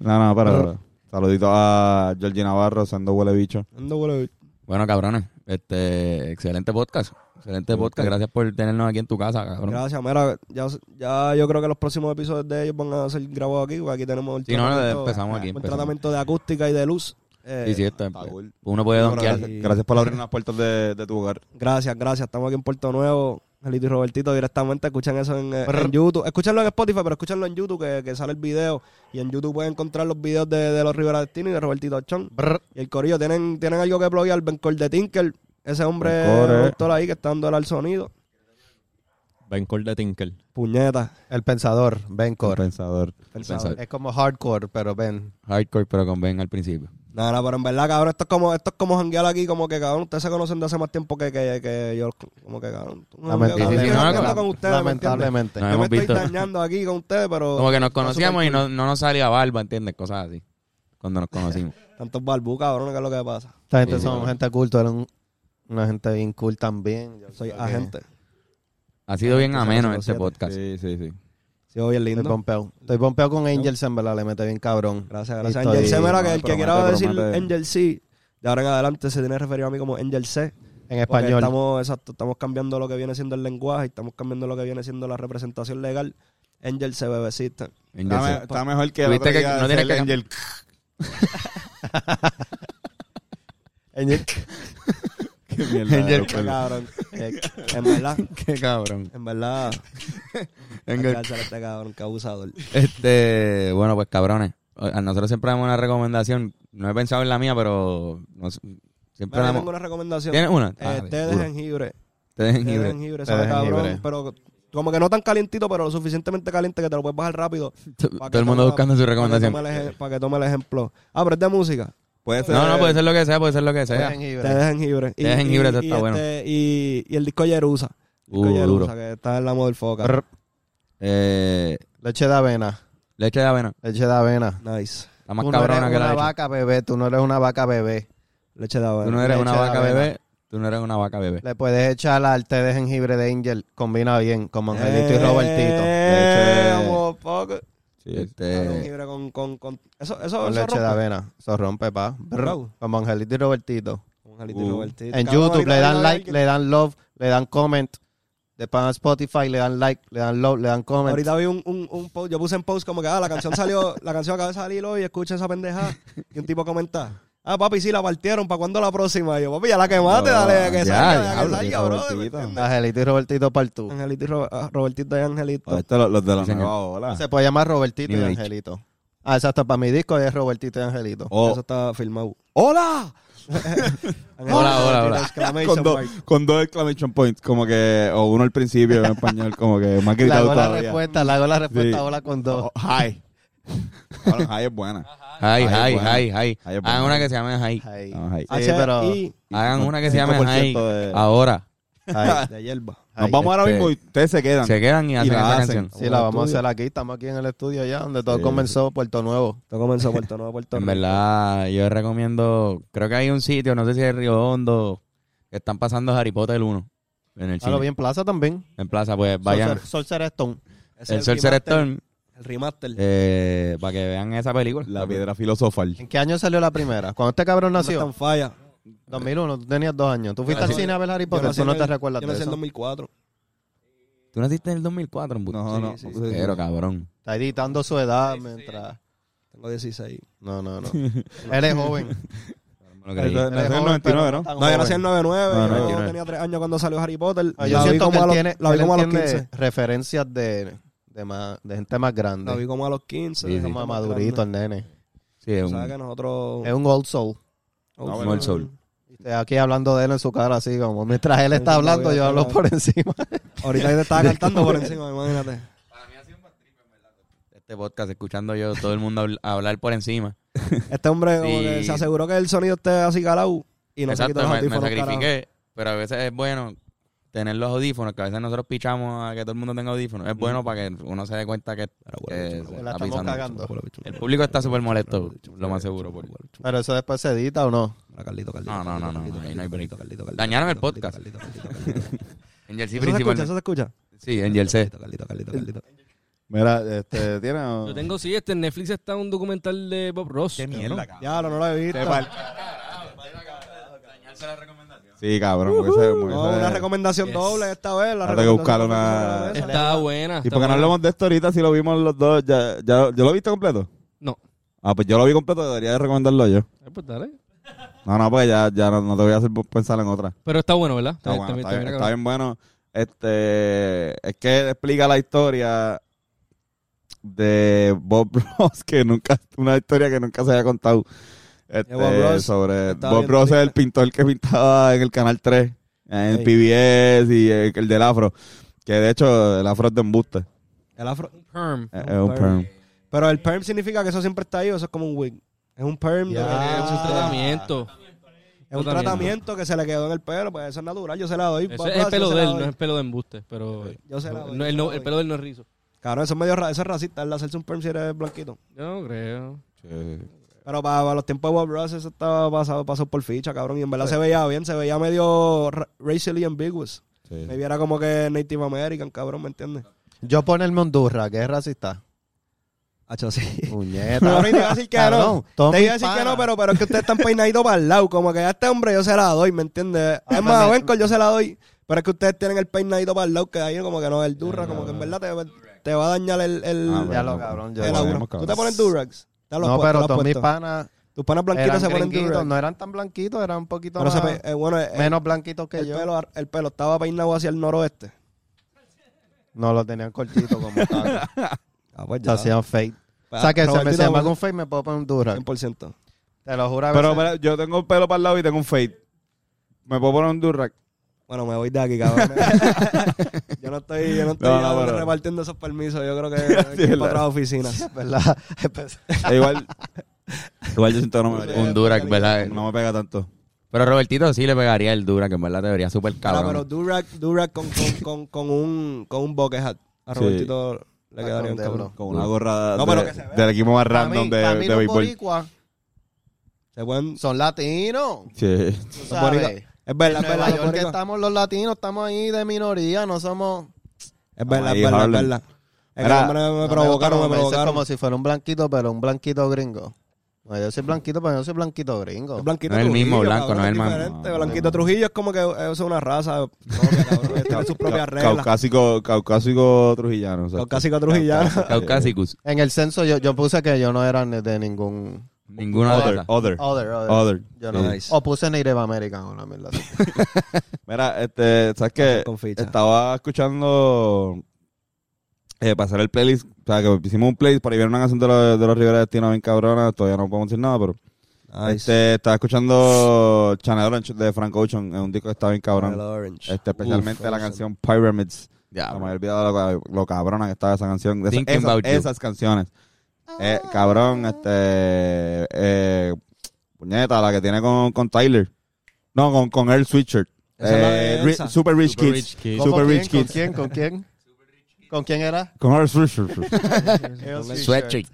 S5: No, no, pero saludito a Georgie Navarro, siendo huele bicho.
S3: Ando, boludo.
S1: Bueno, cabrones, este, excelente podcast. Excelente podcast. Gracias por tenernos aquí en tu casa, cabrón.
S3: Gracias, mira, ya, ya yo creo que los próximos episodios de ellos van a ser grabados aquí, porque aquí tenemos el
S1: Sí, no, no,
S3: tratamiento-
S1: empezamos aquí,
S3: un
S1: empezamos.
S3: tratamiento de acústica y de luz. Eh,
S1: Sí, sí, esto es-
S5: está cool.
S1: Uno puede
S5: Bueno,
S1: donkear.
S5: gracias, gracias por abrir las puertas de, de tu hogar.
S3: Gracias, gracias. Estamos aquí en Puerto Nuevo. Jalito y Robertito directamente escuchan eso en, eh, en YouTube. Escúchenlo en Spotify, pero escúchenlo en YouTube, que, que sale el video. Y en YouTube pueden encontrar los videos de, de los Rivera Destino y de Robertito Achón. Y el Corillo, ¿tienen, tienen algo que bloguear. Bencor de Tinker, ese hombre
S5: Bencor, eh.
S3: productor ahí que está dando al sonido.
S6: Bencor de Tinker.
S3: Puñeta.
S4: El pensador, Ben Core.
S5: Pensador.
S1: Pensador.
S4: Es como hardcore, pero Ben.
S1: Hardcore, pero con Ben al principio.
S3: No, no, pero en verdad, cabrón, esto es como, esto es como janguear aquí, como que cabrón, ustedes se conocen de hace más tiempo que, que, que yo, como que cabrón. tú-
S4: Lamentablemente.
S3: Yo estoy jangueando con ustedes, ¿me entiendes?
S4: Lamentablemente.
S1: No,
S3: Yo me
S1: hemos
S3: estoy
S1: visto.
S3: dañando aquí con ustedes, pero.
S1: Como que nos
S3: está
S1: conocíamos y
S3: supercool.
S1: no, no nos salía barba, ¿entiendes? Cosas así. Cuando nos conocimos.
S3: Tantos barbú, cabrón, que es lo que pasa.
S4: Esta gente
S1: Sí,
S4: son
S1: sí.
S4: gente cool, tú eres un- una gente bien cool también. Yo
S3: Soy
S4: creo que
S3: agente.
S1: Ha sido bien
S3: Entonces,
S1: ameno
S3: nosotros
S1: este
S3: siete.
S1: podcast.
S5: Sí, sí, sí.
S3: Sigo bien
S4: Estoy
S3: lindo.
S4: pompeo. Estoy pompeo con Angels, en verdad, le mete bien cabrón.
S3: Gracias, gracias.
S4: Y
S3: Angel C,
S4: estoy-
S3: mira que el que
S5: promete,
S3: quiera decir
S5: promete.
S3: Angel C, de ahora en adelante se tiene referido a mí como Angel C.
S4: En
S3: porque
S4: español.
S3: Estamos, exacto, estamos cambiando lo que viene siendo el lenguaje, estamos cambiando lo que viene siendo la representación legal. Angel C, bebecita.
S1: En
S5: Está, me-
S1: Jersey.
S5: está mejor que el
S1: Tuviste
S5: otro
S1: que-
S5: día
S1: no tienes
S5: hacer
S1: que-
S5: Angel. [LAUGHS]
S3: [LAUGHS]
S4: Angel-
S5: Qué mierda,
S1: Angel-
S5: loco.
S4: [LAUGHS]
S3: cabrón. Eh, en verdad,
S1: Qué cabrón.
S3: en verdad.
S1: En
S3: Hay
S1: el-
S3: que alzar a este cabrón, que abusador.
S1: Este, bueno, pues cabrones. A nosotros siempre damos una recomendación. No he pensado en la mía, pero nos- siempre
S3: Mira,
S1: damos.
S3: tengo una recomendación.
S1: ¿Tienes una? Ah,
S3: Eh, té de
S1: duro.
S3: jengibre.
S1: Té de
S3: Té de
S1: jengibre.
S3: jengibre,
S4: Ah, Té
S3: sabe
S4: de
S3: cabrón,
S4: jengibre.
S3: pero como que no tan calientito, pero lo suficientemente caliente que te lo puedes bajar rápido. pa' que
S1: Todo el mundo
S3: tome-
S1: buscando su recomendación.
S3: Para que, tome el ej- pa' que tome el ejemplo. Ah, pero es de música.
S5: Puede ser.
S1: No, no, puede ser lo que sea, puede ser lo que sea.
S3: Té
S4: jengibre.
S3: de jengibre.
S1: Té de jengibre, eso está bueno.
S3: este, y, y el disco Yerusa. El disco
S1: Uh,
S3: Yerusa,
S1: duro.
S3: que está en la moda del foca.
S4: Brr.
S1: Eh,
S4: Leche de avena.
S1: leche de avena.
S4: Leche de avena.
S3: Nice.
S1: Está más
S4: tú no
S1: cabrona
S4: eres
S1: que la
S4: una
S1: leche.
S4: vaca bebé. Tú no eres una vaca bebé.
S3: Leche de
S1: Tú
S3: avena.
S1: no eres
S4: Leche
S1: una
S4: de
S1: vaca
S4: avena.
S1: bebé. Tú no eres una vaca bebé.
S4: Le puedes echar al té de jengibre de Angel. Combina bien, como Angelito y
S3: Eh,
S4: Robertito.
S5: Leche-
S3: vamos, poco.
S5: Sí,
S3: Té de
S1: Este,
S3: jengibre con, con, con... Eso, eso,
S4: Con
S3: eso
S4: leche de
S3: rompe.
S4: avena. Eso rompe, pa. Brr.
S3: Bravo.
S4: Como Angelito y Robertito.
S3: Con jalito y
S5: Uh.
S3: Robertito.
S4: En
S3: Cabrón,
S4: YouTube
S3: ahorita
S4: le dan
S3: viene a
S4: like,
S3: alguien-
S4: le dan love, le dan comment. Después en Spotify le dan like, le dan love, le dan comment.
S3: Ahorita vi un, un, un post, yo puse en post como que, ah, la canción salió, [LAUGHS] la canción acaba de salir hoy, escucha esa pendejada. Y un tipo comenta, ah, papi, sí, la partieron, ¿para cuándo la próxima? Y yo, papi, ya la quemaste,
S5: No,
S3: dale, que salga,
S5: ya,
S3: ya, que
S5: diablo,
S3: salga,
S5: qué
S3: brother, ¿me
S5: favorita.
S3: entiendes?
S4: Angelito y Robertito para tú.
S3: Angelito y Ro- ah, Robertito y Angelito.
S5: Ah, esto los, los de la
S1: Sí, señor.
S5: nueva
S3: Ah.
S5: ola.
S4: Se puede llamar Robertito y
S1: New Age.
S4: Angelito. Ah, exacto. Para mi disco es Robertito y Angelito.
S5: Oh,
S3: Eso está firmado.
S5: ¡Hola!
S3: Angelito,
S1: Hola, hola, hola.
S3: exclamation
S5: Con, dos-
S3: mark.
S5: con dos exclamation points, como que, o uno al principio en español, como que más
S4: Le
S5: gritado
S4: hago la
S5: todavía.
S4: respuesta, le hago la respuesta
S5: Sí.
S4: hola con dos.
S5: Oh, hi. Bueno, hi es buena.
S1: Hi,
S5: Ay,
S1: hi,
S5: bueno.
S1: hi, hi.
S5: Ay, es
S1: Hagan
S5: bueno.
S1: una que se llame Hi.
S4: Ay.
S5: No, hi.
S4: Sí, pero-
S3: H-I
S1: Hagan una que se llame Hi
S5: 5% de-
S1: ahora. ah.
S4: Ay.
S3: de hierba.
S5: Nos vamos ahora
S1: Este-
S5: mismo y ustedes se quedan.
S1: Se quedan y hacen
S5: la
S1: esa
S5: hacen.
S1: canción.
S4: Sí, la vamos a
S3: Estudio.
S4: hacer aquí. Estamos aquí en el estudio ya, donde todo
S5: Sí.
S4: comenzó, Puerto Nuevo.
S3: Esto comenzó Puerto Nuevo,
S1: [LAUGHS]
S3: Puerto
S1: En
S3: Rico.
S1: verdad, yo recomiendo. Creo que hay un sitio, no sé si es Río Hondo, que están pasando Harry Potter 1 en el
S4: A
S5: Ah,
S4: lo
S1: cine.
S4: bien plaza también.
S1: En plaza, pues vayan.
S4: Sol- Sol Serestón.
S3: Ese
S1: El
S3: es
S1: Sol
S3: remaster,
S1: Serestón,
S3: El remaster.
S1: eh, para que vean esa película.
S5: La piedra filosofal.
S4: ¿En qué año salió la primera? Cuando este cabrón
S3: No está
S4: nació?
S3: en falla.
S4: 2001, tú tenías dos años. ¿Tú fuiste
S3: Yo
S4: al
S3: nací-
S4: cine a ver Harry
S3: Yo
S4: Potter?
S3: nací
S4: Tú no
S3: en
S4: te
S3: el-
S4: recuerdas
S3: Yo
S4: de
S3: nací en el
S4: eso.
S3: 2004.
S1: ¿Tú naciste en el 2004? embuste?
S5: No, no.
S3: Sí, sí, sí.
S1: Pero cabrón.
S4: Está editando su edad mientras...
S3: Tengo 16. [LAUGHS]
S4: No, no, no. Él es joven.
S1: No lo creí.
S5: Nació en el
S4: joven,
S5: 99, ¿no?
S4: pero tan
S3: No, yo nací
S4: joven.
S3: en 99,
S5: No,
S3: yo
S5: 99.
S3: tenía 3 años cuando salió Harry Potter.
S4: Ah, Yo
S3: la vi
S4: siento que
S3: como
S4: él
S3: a los,
S4: tiene
S3: la vi
S4: él
S3: como a los
S4: entiende
S3: 15.
S4: referencias de, de, más, de gente más grande.
S3: La vi como a los 15.
S1: Sí, sí.
S4: Como
S3: más
S4: madurito
S3: grande.
S4: el nene.
S1: Sí, es
S3: O
S1: un-
S3: sea que nosotros...
S4: Es un old soul.
S3: Oh,
S5: Ah, bueno,
S1: como el sol.
S4: Estoy aquí hablando de él en su cara así como mientras él está hablando yo hablo por
S5: [LAUGHS]
S4: encima.
S3: Ahorita yo
S1: [LAUGHS]
S3: te estaba cantando por encima, imagínate.
S1: Este podcast, escuchando yo todo el mundo habl- hablar por encima.
S3: Este hombre como
S1: Sí.
S3: que se aseguró que el sonido esté así calado y no se
S1: Exacto,
S3: quitó los
S1: me, me
S3: audífonos, carajo.
S1: sacrifiqué. Pero a veces es bueno tener los audífonos, que a veces nosotros pichamos a que todo el mundo tenga audífonos. Es bueno para que uno se dé cuenta que, que se
S4: La
S1: está
S4: estamos
S1: pisando.
S4: cagando.
S1: El público está súper molesto, lo más seguro. por-
S4: Pero eso después se edita o no.
S3: Ah, Carlito, Carlito.
S1: No, no, no, no, ahí no hay break.
S3: Carlito, Carlito, Carlito,
S1: Dañaron el
S3: Carlito,
S1: podcast. [LAUGHS]
S3: Carlito, Carlito, Carlito, Carlito.
S1: En Jersey
S3: ¿Eso se escucha?
S1: principalmente.
S3: ¿Eso se escucha?
S1: Sí, en Jersey.
S3: Carlito, Carlito, Carlito.
S5: Mira, este, tiene. o-
S2: Yo tengo, sí, este en Netflix está un documental de Bob Ross.
S3: Ya, no, no lo he visto.
S5: Sí, cabrón. porque ese- porque
S3: No,
S5: ese-
S3: una recomendación doble esta vez. La
S5: Ahora tengo que buscar
S3: recomendación
S5: una-
S3: doble esa.
S2: Está buena.
S5: Y
S2: está
S5: porque no
S2: buena.
S5: hablamos de esto ahorita, si lo vimos los dos, ya, ya, ¿yo lo viste completo?
S2: No.
S5: Ah, pues yo lo vi completo, debería de recomendarlo yo.
S2: Eh, pues dale.
S5: No, no, pues ya, ya no, no te voy a hacer pensar en otra.
S2: Pero está bueno, ¿verdad? Este,
S5: Está, bueno,
S2: También-
S5: está,
S2: también-
S5: bien,
S2: también
S5: está bien bueno. Este, es que él explica la historia de Bob [LAUGHS] Ross, que nunca, una historia que nunca se había contado. Este,
S3: De Bob Ross.
S5: sobre
S3: Estaba
S5: Bob
S3: viendo
S5: Ross es
S3: ahorita.
S5: el pintor que pintaba en el Canal 3, en
S3: Ey.
S5: PBS y el, el del afro. Que de hecho, el afro es de embuste.
S3: El afro.
S2: Perm.
S5: Es,
S3: Un
S5: es un
S3: perm.
S5: perm.
S3: Pero el perm significa que eso siempre está ahí, o eso es como un wig. Es un perm.
S4: Ya.
S3: de- Ah.
S2: Es un tratamiento.
S3: Es un tratamiento que se le quedó en el pelo, pues eso es natural, yo se la doy.
S2: Eso
S3: papá,
S2: es el
S3: yo
S2: pelo
S3: se
S2: de
S3: la
S2: él,
S3: doy.
S2: no es pelo de embuste, pero...
S3: Yo se la doy,
S2: No,
S3: yo
S2: el,
S3: se
S2: no-
S3: la
S2: el
S3: doy.
S2: pelo de él no es rizo.
S3: Cabrón, eso es medio ra- eso es racista, el hacerse un perm si eres blanquito.
S2: Yo no creo.
S3: Pero para, para los tiempos de Bob Ross eso estaba pasado, pasó por ficha, cabrón. Y en verdad se veía bien, se veía medio ra- racially ambiguous.
S5: Sí.
S3: Me viera como que Native American, cabrón, ¿me entiendes?
S4: Yo ponerme Honduras, que
S3: [LAUGHS]
S4: es racista.
S3: Hacho, sí.
S4: Puñeta.
S3: Cabrón, y te iba
S4: [LAUGHS]
S3: a decir que
S4: Cabrón,
S3: no.
S4: todos
S3: Te iba a
S4: mis
S3: decir que
S4: panas.
S3: no, pero, pero es que ustedes están peinaditos para el lado. Como que a este hombre yo se la doy, ¿me
S4: Ah,
S3: entiendes? Es más, a
S4: me-
S3: Benco yo se la doy. Pero es que ustedes tienen el peinadito para el lado, que ahí como que no, el durra, como que en verdad te, te va a dañar el, el,
S5: Ah,
S4: Ya
S5: bueno,
S4: lo
S5: bueno.
S4: cabrón. yo-
S3: el
S5: bueno,
S3: aura.
S5: vamos,
S3: ¿Tú
S5: cabrón.
S3: te pones durags? Te los has
S4: No,
S3: puesto,
S4: pero
S3: los has
S4: todos mis
S3: puesto.
S4: panas
S3: Tus panas blanquitos
S4: eran
S3: se ponen
S4: gringuitos,
S3: durags.
S4: no eran tan blanquitos, eran un poquito
S3: pero se
S4: más-
S3: pe- eh, bueno, eh,
S4: menos blanquitos que
S3: el
S4: yo.
S3: pelo, el pelo estaba peinado hacia el noroeste.
S4: No, lo tenían cortito
S3: [LAUGHS]
S4: como tal.
S3: Ah, pues
S4: Se hacían fake. O sea, que se me, se me haga un fake, me puedo poner un Durak.
S3: 100%.
S4: Te lo juro. a
S5: Pero
S4: veces-
S5: mira, yo tengo un pelo para el lado y tengo un fade. ¿Me puedo poner un durrack?
S3: Bueno, me voy de aquí,
S5: [LAUGHS]
S3: cabrón. yo no estoy, yo no estoy
S5: No, no,
S3: ahora
S5: pero-
S3: repartiendo esos permisos. Yo creo
S5: [LAUGHS]
S3: que hay que ir
S5: verdad.
S3: para otras oficinas.
S4: [LAUGHS]
S5: [LAUGHS]
S4: ¿Verdad? Empecé-
S5: E igual, [LAUGHS] igual yo siento que no me,
S1: Un Durac, ¿verdad?
S5: no me pega tanto.
S1: Pero Robertito sí le pegaría el Durac, que en verdad te vería súper
S3: Ahora,
S1: cabrón.
S3: pero Durac, Durac con, con, con, con un, con un bucket hat. A
S5: Sí.
S3: Robertito le
S4: Ah,
S3: quedaría un
S4: con dedo.
S3: cabrón.
S5: Con una gorra
S3: No,
S5: de-
S3: pero que se vea.
S5: del equipo más
S4: Para
S5: random
S4: mí-
S5: de,
S4: para mí
S5: de
S4: los
S5: béisbol.
S4: boricuas
S3: Se pueden...
S4: son latinos.
S5: Sí.
S4: tú
S3: Los boricuas-
S4: sabes.
S3: Es
S4: En
S3: verdad, es
S4: Nueva
S3: verdad. los
S4: York que
S3: boricuas-
S4: estamos los latinos, estamos ahí de minoría, no somos...
S3: Es verdad,
S5: Ahí,
S3: es verdad, es
S5: Harlem.
S3: verdad. Es que
S5: Mira,
S3: hombre, me,
S4: no gusta
S3: provocaron,
S4: como
S3: me
S4: dices
S3: provocaron.
S4: como si fuera un blanquito, pero un blanquito gringo. No, yo soy blanquito, pero yo soy blanquito gringo.
S3: Es Blanquito
S1: No es el
S3: Trujillo,
S1: mismo blanco,
S3: cabrón,
S1: no es el mismo.
S3: diferente.
S5: No, no,
S3: Blanquito
S5: no.
S3: Trujillo es como que eso es una raza propia, cabrón.
S5: [LAUGHS]
S3: Tiene sus propias reglas.
S5: Caucásico, caucásico trujillano. o sea.
S3: Caucásico Trujillano. [LAUGHS]
S1: Caucásicus.
S4: En el censo yo, yo puse que yo no era ni de ningún...
S1: Ninguna de
S5: Other,
S1: esas.
S5: other,
S4: Other, other.
S5: other.
S4: Yo no.
S3: Nice.
S4: O puse Native American o una mierda así.
S5: Mira, este, ¿sabes qué?
S3: Con ficha.
S5: Estaba escuchando eh, pasar el playlist. O sea, que hicimos un playlist para ir a una canción de los, de los Rivera Destino bien cabrona. Todavía no podemos decir nada, pero Este, estaba escuchando Channel Orange de Frank Ocean, es un disco que está bien cabrón.
S3: Orange.
S5: Este,
S3: Uf,
S5: especialmente la
S3: Ocean.
S5: canción Pyramids.
S1: Ya,
S5: No me había olvidado lo, lo cabrona que estaba esa canción. Esas,
S1: Thinking
S5: esas,
S1: about you.
S5: esas canciones. Eh, cabrón, este. Eh, puñeta, la que tiene con, con Tyler. No, con, con Earl Sweatshirt.
S3: Esa es la
S5: Eh,
S3: de
S5: ri-
S3: Elsa.
S5: Super Rich
S6: Super
S5: Kids.
S6: Rich Kids.
S4: ¿Cómo?
S5: Super
S4: ¿Con
S5: Rich
S4: quién?
S5: Kids.
S4: ¿Con [LAUGHS] quién? ¿Con quién? ¿Con quién era?
S5: Con
S3: [LAUGHS]
S5: Earl Sweatshirt. Sí,
S1: Sweatshirt.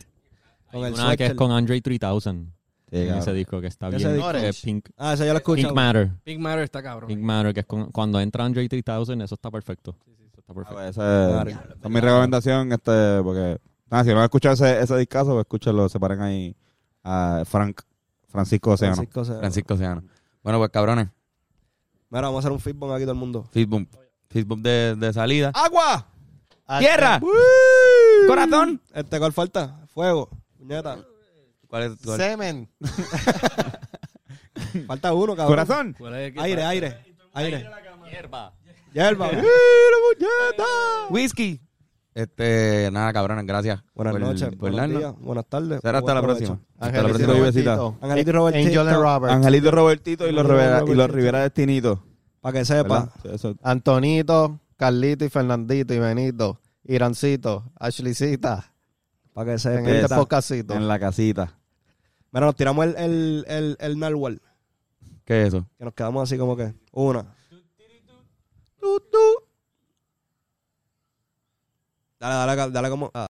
S3: Con el
S6: Una que es
S3: sweatshirt.
S6: con Andre 3000. en
S5: cabrón.
S6: ese disco que está
S3: Ese
S6: bien.
S3: disco.
S6: eh, Pink,
S3: Ah, esa yo la escucho.
S6: Pink Matter.
S2: Big Matter está cabrón.
S6: Pink Matter, que es con- cuando entra Andre 3000, eso está perfecto. Eso está
S5: Ah,
S6: perfecto.
S5: pues, esa es, esa es mi recomendación, este, porque nada, si no han escuchado ese, ese discazo, pues escúchenlo, separen ahí a Frank, Francisco Oceano.
S3: Francisco Oceano.
S1: Francisco Oceano. Bueno, pues cabrones.
S3: Mira, vamos a hacer un feedback aquí todo el mundo.
S1: Fist bump. Fist bump de, de salida.
S3: ¡Agua!
S1: Ah, ¡Tierra! ¡Corazón!
S3: Este, ¿cuál falta? Fuego.
S1: [LAUGHS]
S3: Puñeta.
S1: ¿Cuál es? cuál?
S4: Semen.
S3: Falta uno, cabrón.
S5: Corazón.
S2: ¿Cuál es el que-
S3: Aire, aire. Aire.
S6: Hierba.
S3: Hierba.
S1: Whisky. Este, nada, cabrones, gracias.
S3: [LAUGHS] Buenas
S1: por-
S3: noches.
S1: Por
S3: buenos
S1: darnos.
S3: días, Buenas tardes.
S1: Será hasta la
S3: Buen
S1: próxima.
S3: provecho.
S5: Hasta la próxima,
S4: Angelito y
S5: bebecita.
S4: Robertito.
S3: Angelito y Robertito.
S4: Angel and Robert.
S5: Angelito Robertito y los Rivera, y los
S3: Robertito.
S5: Rivera Destinito.
S3: Para que sepa.
S5: ¿verdad? Eso-
S4: Antonito, Carlito y Fernandito y Benito. Irancito, Ashleycita.
S3: Para que
S4: En este
S3: sepa.
S4: podcastito.
S5: en la casita.
S3: Mira, nos tiramos el, el, el, el narwhal.
S1: ¿Qué es eso?
S3: Que nos quedamos así como que. Una. Dale, dale, dale como. ah.